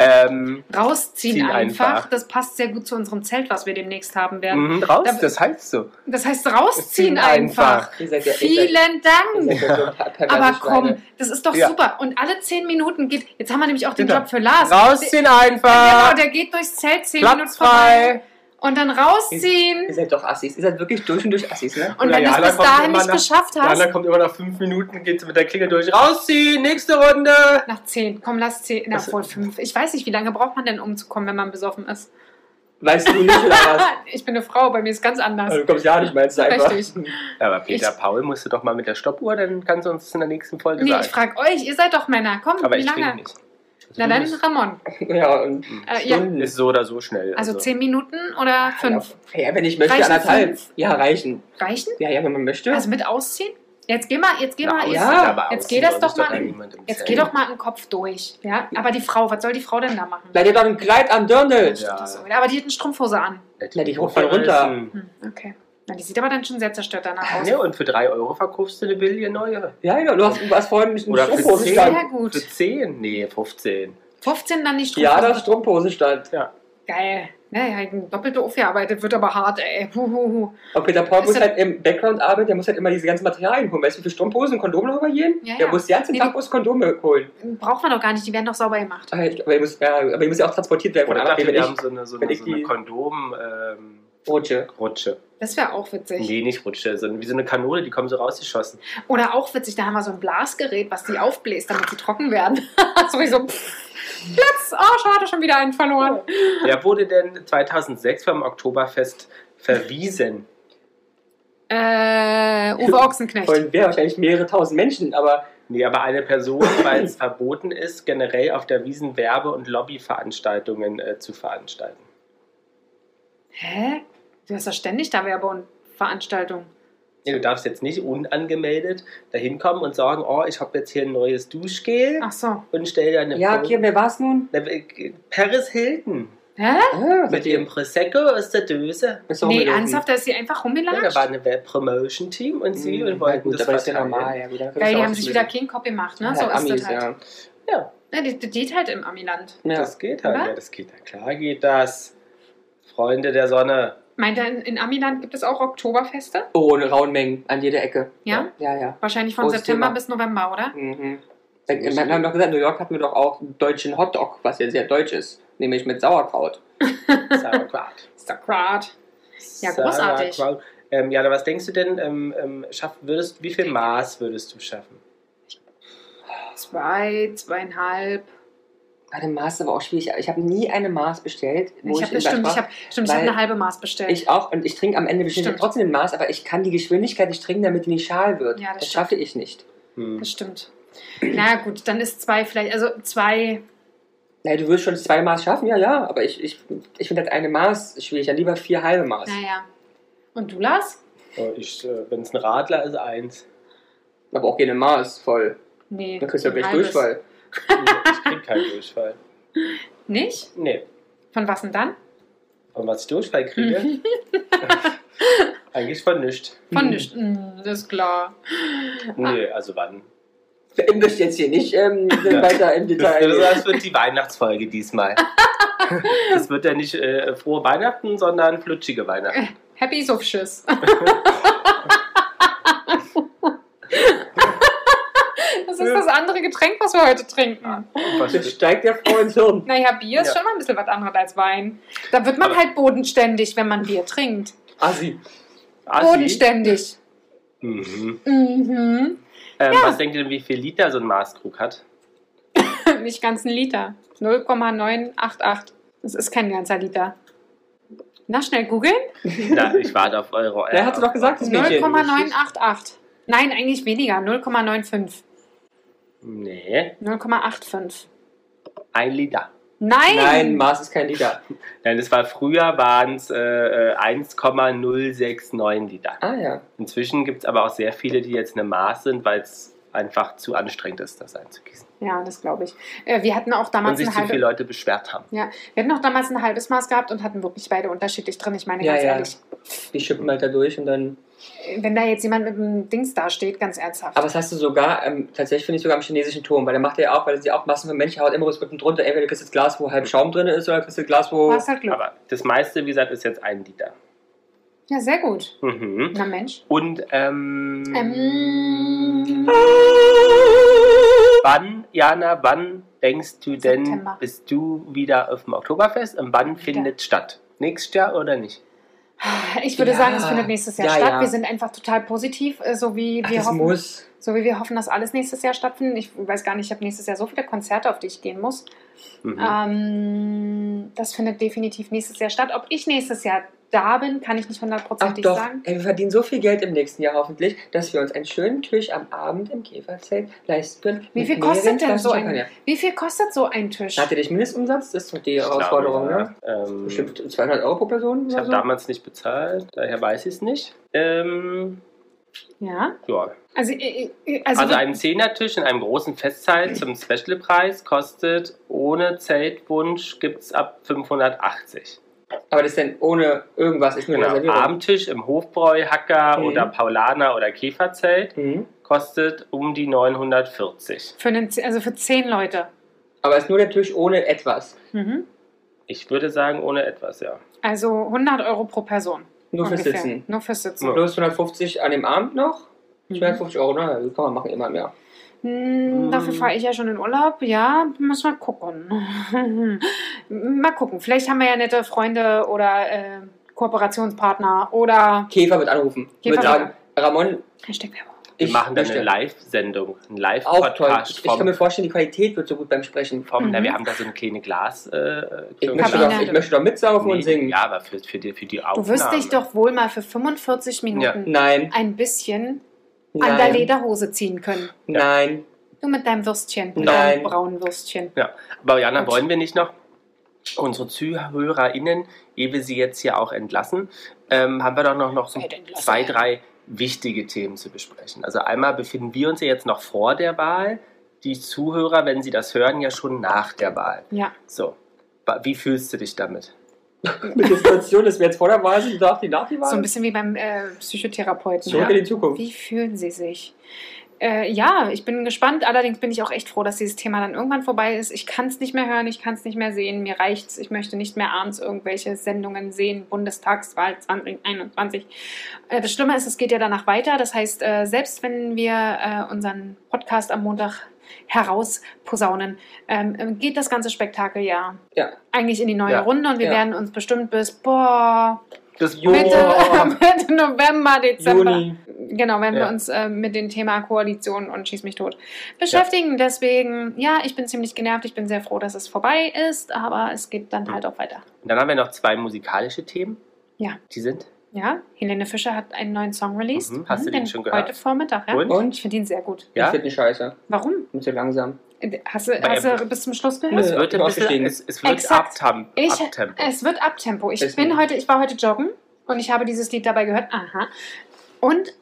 Ähm,
Rausziehen
Ziehen
einfach.
einfach.
Das passt sehr gut zu unserem Zelt, was wir demnächst haben werden.
mhm, raus,
Da-
das heißt so.
Das heißt, rausziehen
Ziehen
einfach.
einfach.
Ihr seid ja ihr seid-
Vielen Dank.
ihr seid ja so ein paar perverse
Aber komm,
Schweine.
das ist doch
Ja.
super. Und alle zehn Minuten geht. Jetzt haben wir nämlich auch den
Genau.
Job für Lars.
Rausziehen
Genau,
einfach!
der geht durchs Zelt zehn Minuten
Platz
vorbei.
frei!
Und dann
Ihr
rausziehen.
seid doch Assis. Ihr seid wirklich durch und durch Assis, ne?
Und
Oder
wenn du es
Jana
bis
kommt
dahin
immer
nicht
nach-
geschafft hast,
Jana kommt immer nach fünf Minuten, geht mit der Klingel durch. Rausziehen, nächste Runde!
nach zehn, komm, lass zehn, na
Das-
wohl fünf. Ich weiß nicht, wie lange braucht man denn, um zu kommen, wenn man besoffen ist.
Weißt du nicht, oder was?
Ah, ich bin eine Frau, bei mir ist ganz anders.
Also, du kommst ja nicht, meinst du einfach.
Richtig.
Aber Peter
Ich-
Paul musste doch mal mit der Stoppuhr, dann kannst du uns in der nächsten Folge
Nee,
sagen.
ich frage euch, ihr seid doch Männer. Komm,
Aber
wie
ich trinke
lange?
nicht. Hm.
Na dann, Ramon.
Ja, und
Äh, ja.
Stunden.
Ist so oder so schnell.
Also zehn Minuten oder fünf?
Ja, ja, wenn ich möchte,
Reichen
anderthalb.
fünf?
Ja, reichen.
Reichen?
Ja, ja, wenn man möchte.
Also mit ausziehen? Jetzt geh mal, jetzt geh mal, jetzt,
ja.
jetzt geht das doch mal- jetzt geh doch mal im Kopf durch. Ja? Aber die Frau, was soll die Frau denn da machen?
Bleib dir doch ein Kleid an, Dirndl.
Ja.
Das so wieder. Aber die hat eine Strumpfhose an.
Na, die hoch voll runter.
Hm, okay. Na, die sieht aber dann schon sehr zerstört danach aus.
Ja, Ne, und für 3 Euro verkaufst du eine Billie neue.
Ja, genau. Du hast, du hast vorhin einen
Oder für
Strumpfhosenstand.
Sehr
Für
gut.
10? Nee, 15.
15 dann die Strumpfhose.
Ja, das Strumpfhosenstand.
Geil. Ne, ja, doppelt aufgearbeitet, wird aber hart, ey. Hu, hu, hu.
Und Peter Paul
Ist
muss
das-
halt im Background arbeiten, der muss halt immer diese ganzen Materialien holen. Weißt du, für Strumpfhosen und Kondome noch übergehen?
Ja,
der
ja.
muss den ganzen
Nee,
Tag
die-
muss Kondome holen.
Braucht man doch gar nicht, die werden doch sauber gemacht.
Aber die muss, ja, aber die muss ja auch transportiert werden von
Oder
A nach B,
dachte,
wenn
wir haben
ich
so eine, so
wenn
eine,
ich
so eine ähm,
die-
Kondom-Rutsche.
rutsche.
Das wäre auch witzig.
Mhm.
nee, nicht Rutsche, sondern wie so eine Kanone, die kommen so rausgeschossen.
Oder auch witzig, da haben wir so ein Blasgerät, was die aufbläst, damit sie trocken werden. so wie so, pff, Platz, oh, schade, schon wieder einen verloren.
Wer wurde denn 2006 beim Oktoberfest verwiesen?
Äh, Uwe Ochsenknecht.
Und wäre wahrscheinlich mehrere tausend Menschen, aber
Nee, aber eine Person, weil es verboten ist, generell auf der Wiesen Werbe- und Lobbyveranstaltungen äh, zu veranstalten.
Hä? Du hast doch ständig da Werbe- und Veranstaltungen.
Nee, du darfst jetzt nicht unangemeldet dahin kommen und sagen, oh, ich habe jetzt hier ein neues Duschgel
Ach so.
und stell dir eine
Ah. ja,
Pro-
Kim, wer war's nun?
Na, äh, Paris Hilton
Hä?
Ah,
mit ihrem Prosecco aus der Dose.
Bist du
Nee,
rumgelaufen?
ernsthaft, da ist sie einfach
Ja, da war
rumgelatscht?
eine Web- Promotion-Team und sie
Mhm,
und wollten
gut,
das
aber ist ja
verteilen.
normal. Ja, gut, dann können
Geil,
wir
die
es
haben sich
ausschließen.
wieder King Copy gemacht, ne?
Ja,
So ist
Amis,
das halt.
ja.
Ja,
Ne, die, die geht halt im Amiland.
Ja.
das geht halt.
Oder?
Ja, das geht. Ja, klar geht das. Freunde der Sonne.
Meint er, in, in Amiland gibt es auch Oktoberfeste?
Oh, in rauen Mengen an jeder Ecke.
Ja?
Ja, ja.
Wahrscheinlich von
Großes
September
Thema.
bis November, oder?
Mhm. Wir haben doch gesagt, in New York hatten wir doch auch einen deutschen Hotdog, was ja sehr deutsch ist, nämlich mit Sauerkraut.
Sauerkraut.
Sakrat. Ja, großartig.
Sauerkraut. Ähm, ja, aber was denkst du denn, ähm, ähm, schaff, würdest, wie viel Maß würdest du schaffen?
Zwei, zweieinhalb.
Eine Maß aber auch schwierig. Ich habe nie eine Maß bestellt, wo
Ich
ich,
habe
in Bad
bestimmt, ich
war.
habe stimmt, ich hab
weil
eine halbe Maß bestellt.
Ich auch und ich trinke am Ende bestimmt
Stimmt.
trotzdem ein Maß, aber ich kann die Geschwindigkeit nicht trinken, damit die nicht schal wird.
Ja, das
das
stimmt.
schaffe ich nicht.
Hm.
das stimmt. Na gut, dann ist zwei vielleicht, also zwei.
Naja, du wirst schon zwei Maß schaffen, ja, ja, aber ich, ich, ich finde halt eine Maß schwierig, dann lieber vier halbe Maß.
Naja. Und du, Lars?
Oh, ich, äh, Wenn es ein Radler ist, eins.
Aber auch gerne Maß voll.
Nee.
Dann kriegst du ja
ein
gleich
halbes.
Durchfall.
Nee, ich krieg keinen Durchfall.
Nicht?
Nee.
Von was denn dann?
Und was ich Durchfall kriege? Eigentlich von nichts.
Von
Hm.
nichts. Hm, das ist klar.
Nee, also wann?
Ich möchte jetzt hier nicht ähm, weiter im
Das,
Detail. gehen.
das wird die Weihnachtsfolge diesmal. Das wird ja nicht äh, frohe Weihnachten, sondern flutschige Weihnachten.
Happy Sufschiss. das ist das andere Getränk, was wir heute trinken.
Was
Das steigt ja vor um. ins Hirn.
Naja, Bier ist
Ja.
schon mal ein bisschen was anderes als Wein. Da wird man
Aber-
halt bodenständig, wenn man Bier trinkt.
Assi.
Assi?
Bodenständig.
Mhm.
Mhm.
Ähm, Was denkt ihr denn, wie viel Liter so ein Maßkrug hat?
Nicht ganz ein Liter. 0,988. Das ist kein ganzer Liter. Na, schnell googeln.
Na, ich warte auf eure.
Na, hat sie doch gesagt, das Mädchen.
0,988. Nein, eigentlich weniger. 0,95.
Nee,
0,85.
ein Liter.
Nein!
Nein, Maß ist kein Liter.
Nein, das war früher waren es äh, äh, 1,069 Liter.
Ah ja.
Inzwischen gibt es aber auch sehr viele, die jetzt eine Maß sind, weil es einfach zu anstrengend ist, das einzugießen.
Ja, das glaube ich. Äh, Wir hatten auch
Und
damals
sich
ein
halt
zu viele
halbes,
Leute beschwert haben.
wir hatten auch damals ein halbes Maß gehabt und hatten wirklich beide unterschiedlich drin. Ich meine,
Ja,
ganz
ja.
ehrlich,
Die schippen halt da durch und dann.
wenn da jetzt jemand mit einem Dings dasteht, ganz ernsthaft.
Aber das hast du sogar, ähm, tatsächlich finde ich sogar am chinesischen Turm, weil der macht ja auch, weil sie auch Massen von Menschen haut, immer rücken drunter. Entweder kriegst du das Glas, wo halb Schaum drin ist, oder kriegst du das Glas,
du
wo.
hast halt Glück.
Aber das meiste, wie gesagt, ist jetzt ein Liter.
Ja, sehr gut.
Mhm.
Na Mensch.
Und ähm,
Ähm.
wann, Jana, wann denkst du denn,
September.
bist du wieder auf dem Oktoberfest und wann findet statt? Nächstes Jahr oder nicht?
Ich würde
Ja.
sagen, es findet nächstes Jahr
Ja,
statt.
ja.
Wir sind einfach total positiv, äh, so wie
Ach,
wir
das
hoffen.
muss.
So wie wir hoffen, dass alles nächstes Jahr stattfindet. Ich weiß gar nicht, ich habe nächstes Jahr so viele Konzerte, auf die ich gehen muss.
Mhm.
Ah. Ähm, das findet definitiv nächstes Jahr statt. Ob ich nächstes Jahr da bin, kann ich nicht
Ach
hundertprozentig
doch,
sagen.
ey, wir verdienen so viel Geld im nächsten Jahr hoffentlich, dass wir uns einen schönen Tisch am Abend im Käferzelt leisten können.
Wie
Mit
viel kostet
mehreren
denn so
Flaschen
ein-
Champagner.
Wie viel kostet so ein Tisch?
Hat ihr dich Mindestumsatz? Das ist doch die
Ich glaube,
Herausforderung,
ja.
ne?
Ähm,
Bestimmt 200 Euro pro Person? oder
Ich habe
Also-
so?
damals nicht bezahlt, daher weiß ich es nicht. Ähm,
Ja.
ja.
Also, äh, äh, also,
Also
also
ein Zehnertisch in einem großen Festsaal zum Specialpreis kostet ohne Zeltwunsch gibt es ab 580.
Aber das ist dann ohne irgendwas, ist nur eine
Genau.
Reservierung.
Abendtisch im Hofbräu, Hacker
Mhm.
oder Paulaner oder Käferzelt
Mhm.
kostet um die 940.
für, einen, Z- also für zehn Leute.
Aber es ist nur der Tisch ohne etwas.
Mhm.
Ich würde sagen ohne etwas, ja.
Also 100 Euro pro Person.
Nur fürs
ungefähr.
Sitzen.
Nur fürs Sitzen.
Ja.
Plus 150 an dem Abend noch.
Mhm.
250 Euro, ne? Das kann man machen, immer mehr.
Hm, Dafür
Mm.
fahre ich ja schon in Urlaub. Ja, müssen wir gucken. mal gucken. Vielleicht haben wir ja nette Freunde oder äh, Kooperationspartner oder
Käfer wird anrufen.
Käfer
wird sagen, Ramon,
Hashtag Werbung.
Wir
ich
machen dann
möchte.
eine Live-Sendung, einen
Auch toll.
Live-Podcast
Ich, ich kann mir
vom,
vorstellen, die Qualität wird so gut beim Sprechen.
vom
Mhm.
na, wir haben da so eine kleine Glas. Äh,
Ich möchte,
Kabine.
doch, ich möchte doch mitsaufen
nee,
und singen.
Ja, aber für, für, die, für die
Du
Aufnahme.
wirst dich doch wohl mal für 45 Minuten
Nein,
ein bisschen
nein,
an der Lederhose ziehen können.
nein.
Du mit deinem Würstchen, mit
Nein.
deinem braunen Würstchen.
Aber Jana,
Gut.
wollen wir nicht noch unsere ZuhörerInnen, ehe wir sie jetzt hier auch entlassen, ähm, haben wir doch noch, noch so
Wer Halt entlassen?
zwei, drei wichtige Themen zu besprechen. Also einmal befinden wir uns ja jetzt noch vor der Wahl, die Zuhörer, wenn sie das hören, ja schon nach der Wahl.
Ja.
So, Wa- wie fühlst du dich damit?
Mit der Situation, dass wir jetzt vor der Wahl sind, dachte ich nach die Wahl.
So ein bisschen wie beim äh, Psychotherapeuten.
Zurück
Ja.
in die Zukunft.
Wie fühlen Sie sich? Äh, ja, ich bin gespannt. Allerdings bin ich auch echt froh, dass dieses Thema dann irgendwann vorbei ist. Ich kann es nicht mehr hören, ich kann es nicht mehr sehen. Mir reicht's. Ich möchte nicht mehr abends irgendwelche Sendungen sehen. Bundestagswahl 2021. Äh, das Schlimme ist, es geht ja danach weiter. Das heißt, äh, selbst wenn wir äh, unseren Podcast am Montag herausposaunen, ähm, ähm, geht das ganze Spektakel ja,
Ja.
eigentlich in die neue
Ja.
Runde und wir
Ja.
werden uns bestimmt bis boah,
Das
Jo.
Mitte,
Boah.
Mitte November, Dezember.
Juni.
Genau, wenn wir
Ja.
uns äh, mit dem Thema Koalition und Schieß mich tot beschäftigen. Deswegen, ja, ich bin ziemlich genervt. Ich bin sehr froh, dass es vorbei ist, aber es geht dann
Mhm.
halt auch weiter.
Und dann haben wir noch zwei musikalische Themen.
Ja.
Die sind?
Ja, Helene Fischer hat einen neuen Song released. Hm,
Mhm. Hast du den schon gehört?
Heute Vormittag, ja.
Und?
Und?
Ich finde ihn sehr gut.
Ja? Ich
Ja?
finde die scheiße.
Warum?
Ich bin zu langsam.
Äh, Hast du,
Bei
hast du
Apple.
bis zum Schluss
Nö.
gehört?
Es wird,
ich bin
ein bisschen,
ausgestiegen.
es, es wird
Exakt.
Abtem-
Ich- äh,
Abtempo.
Es wird Abtempo. Ich
Ist
bin
gut.
heute, ich war heute joggen und ich habe dieses Lied dabei gehört. Aha. Und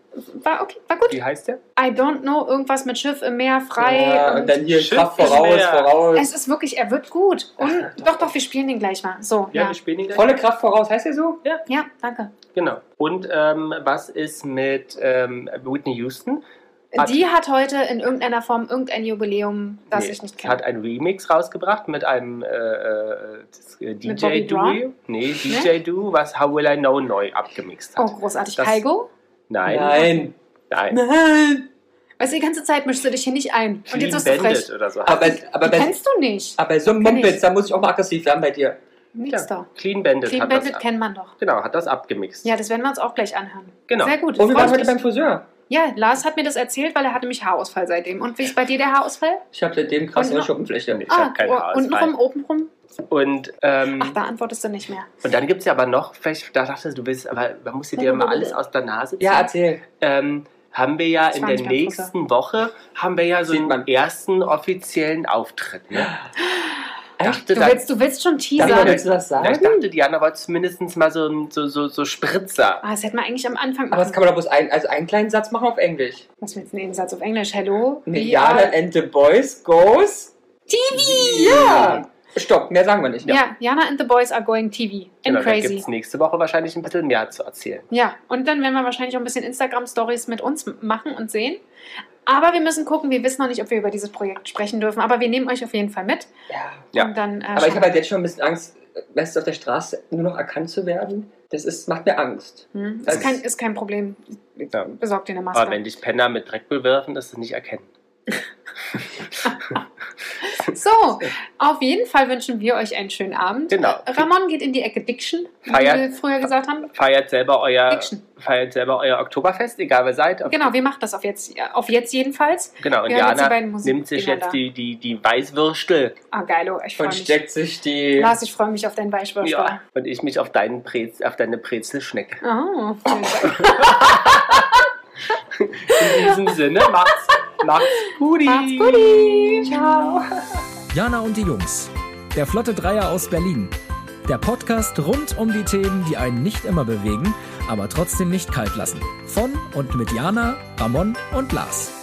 war okay, war gut.
Wie heißt der?
I don't know, irgendwas mit Schiff im Meer, frei.
ja, und,
und
dann hier
Schiff
Kraft
ist
voraus,
mehr.
voraus.
Es ist wirklich, er wird gut. Und
Ach, doch.
doch, doch, wir spielen den gleich mal. So,
Ja,
ja.
wir spielen ihn gleich.
Volle Kraft voraus, heißt der so?
Ja, danke.
Genau. Und ähm, was ist mit ähm, Whitney Houston? Hat-
Die hat heute in irgendeiner Form irgendein Jubiläum, das
Nee,
ich nicht
Hat
kenne.
ein Remix rausgebracht mit einem äh, äh, das, äh, DJ
Bobby
Doo.
Brown?
Nee, DJ Doo, was How Will I Know neu abgemixt
Oh,
hat.
großartig.
Das-
Kaigo?
Nein,
Nein.
nein.
Nein.
Weißt du, die ganze Zeit mischst du dich hier nicht ein. Und jetzt wirst du
Clean
frech.
Bandit oder so.
Aber, aber
Die
bei,
kennst du nicht.
aber bei so einem
Kenn ich.
Mumpitz, da muss ich auch mal aggressiv werden bei dir.
Nix
ja,
da.
Clean Bandit
Clean
hat
Bandit
das.
kennt man doch.
Genau, hat das abgemixt.
Ja, das werden wir uns auch gleich anhören.
Genau.
Sehr gut.
Und wir waren
freut
heute
mich.
beim Friseur.
ja, Lars hat mir das erzählt, weil er hatte mich Haarausfall seitdem. Und wie ist bei dir der Haarausfall?
Ich habe seitdem krassere
Und-
Schuppenfläche.
Ich hab keinen
oh,
Haarausfall.
untenrum, obenrum?
Und,
Ach,
ähm,
da antwortest du nicht mehr.
und dann gibt es ja aber noch, vielleicht da dachtest du, du willst, aber man muss dir immer alles aus der Nase ziehen.
Ja, erzähl.
ähm, haben wir ja
Das
in
war
der
nicht mein
nächsten Woche haben wir ja so
Sieht
einen
man.
ersten offiziellen Auftritt. Ne? Dachte,
Du
da-
willst, du willst schon
Darüber
teasern.
willst du das
Na, ich
sagen?
dachte, Diana wollte zumindest mal so, ein- so, so, so Spritzer.
Ah, das hätte man eigentlich am Anfang
Aber das
machen
kann man doch bloß ein, also einen kleinen Satz machen auf Englisch.
Was willst du denn den Satz auf Englisch? Hello? we
Rihanna
are-
and the Boys goes.
TV!
Ja! Stopp, mehr sagen wir nicht.
Ja. Jana and the Boys are going TV. And
Genau, da
crazy.
gibt es nächste Woche wahrscheinlich ein bisschen mehr zu erzählen.
Ja, und dann werden wir wahrscheinlich auch ein bisschen Instagram-Stories mit uns m- machen und sehen. Aber wir müssen gucken, wir wissen noch nicht, ob wir über dieses Projekt sprechen dürfen. Aber wir nehmen euch auf jeden Fall mit.
Ja.
Ja.
Und dann, äh,
Aber ich
schauen
habe halt jetzt schon ein bisschen Angst, äh, weißt du, auf der Straße nur noch erkannt zu werden. Das ist, macht mir Angst.
wir. hm,
also-
ist, kein, ist kein Problem.
Ja.
Besorgt dir eine Maske.
Aber wenn dich Penner mit Dreck bewerfen, das ist nicht erkennen.
So, auf jeden Fall wünschen wir euch einen schönen Abend.
Genau.
Ramon geht in die Ecke Diction, wie
Feiert.
wir früher gesagt haben.
Feiert selber euer,
Diction.
feiert selber euer Oktoberfest, egal wer seid. Ob-
Genau, wir machen das auf jetzt, auf jetzt jedenfalls.
genau. Und
wir haben jetzt die
Diana
beiden Musikdinger
nimmt sich
da.
jetzt die, die, die Weißwürstel.
Ah, geilo, ich freue
Und
mich.
steckt sich die.
Lars, ich freue mich auf deinen Weichwürstler.
Ja. Und ich mich auf, deinen Prez, auf deine Brezelschnecke.
Oh, vielen Dank.
In diesem Sinne, macht's, macht's gut.
Macht's gut. Ciao.
Jana und die Jungs. Der Flotte Dreier aus Berlin. Der Podcast rund um die Themen, die einen nicht immer bewegen, aber trotzdem nicht kalt lassen. Von und mit Jana, Ramon und Lars.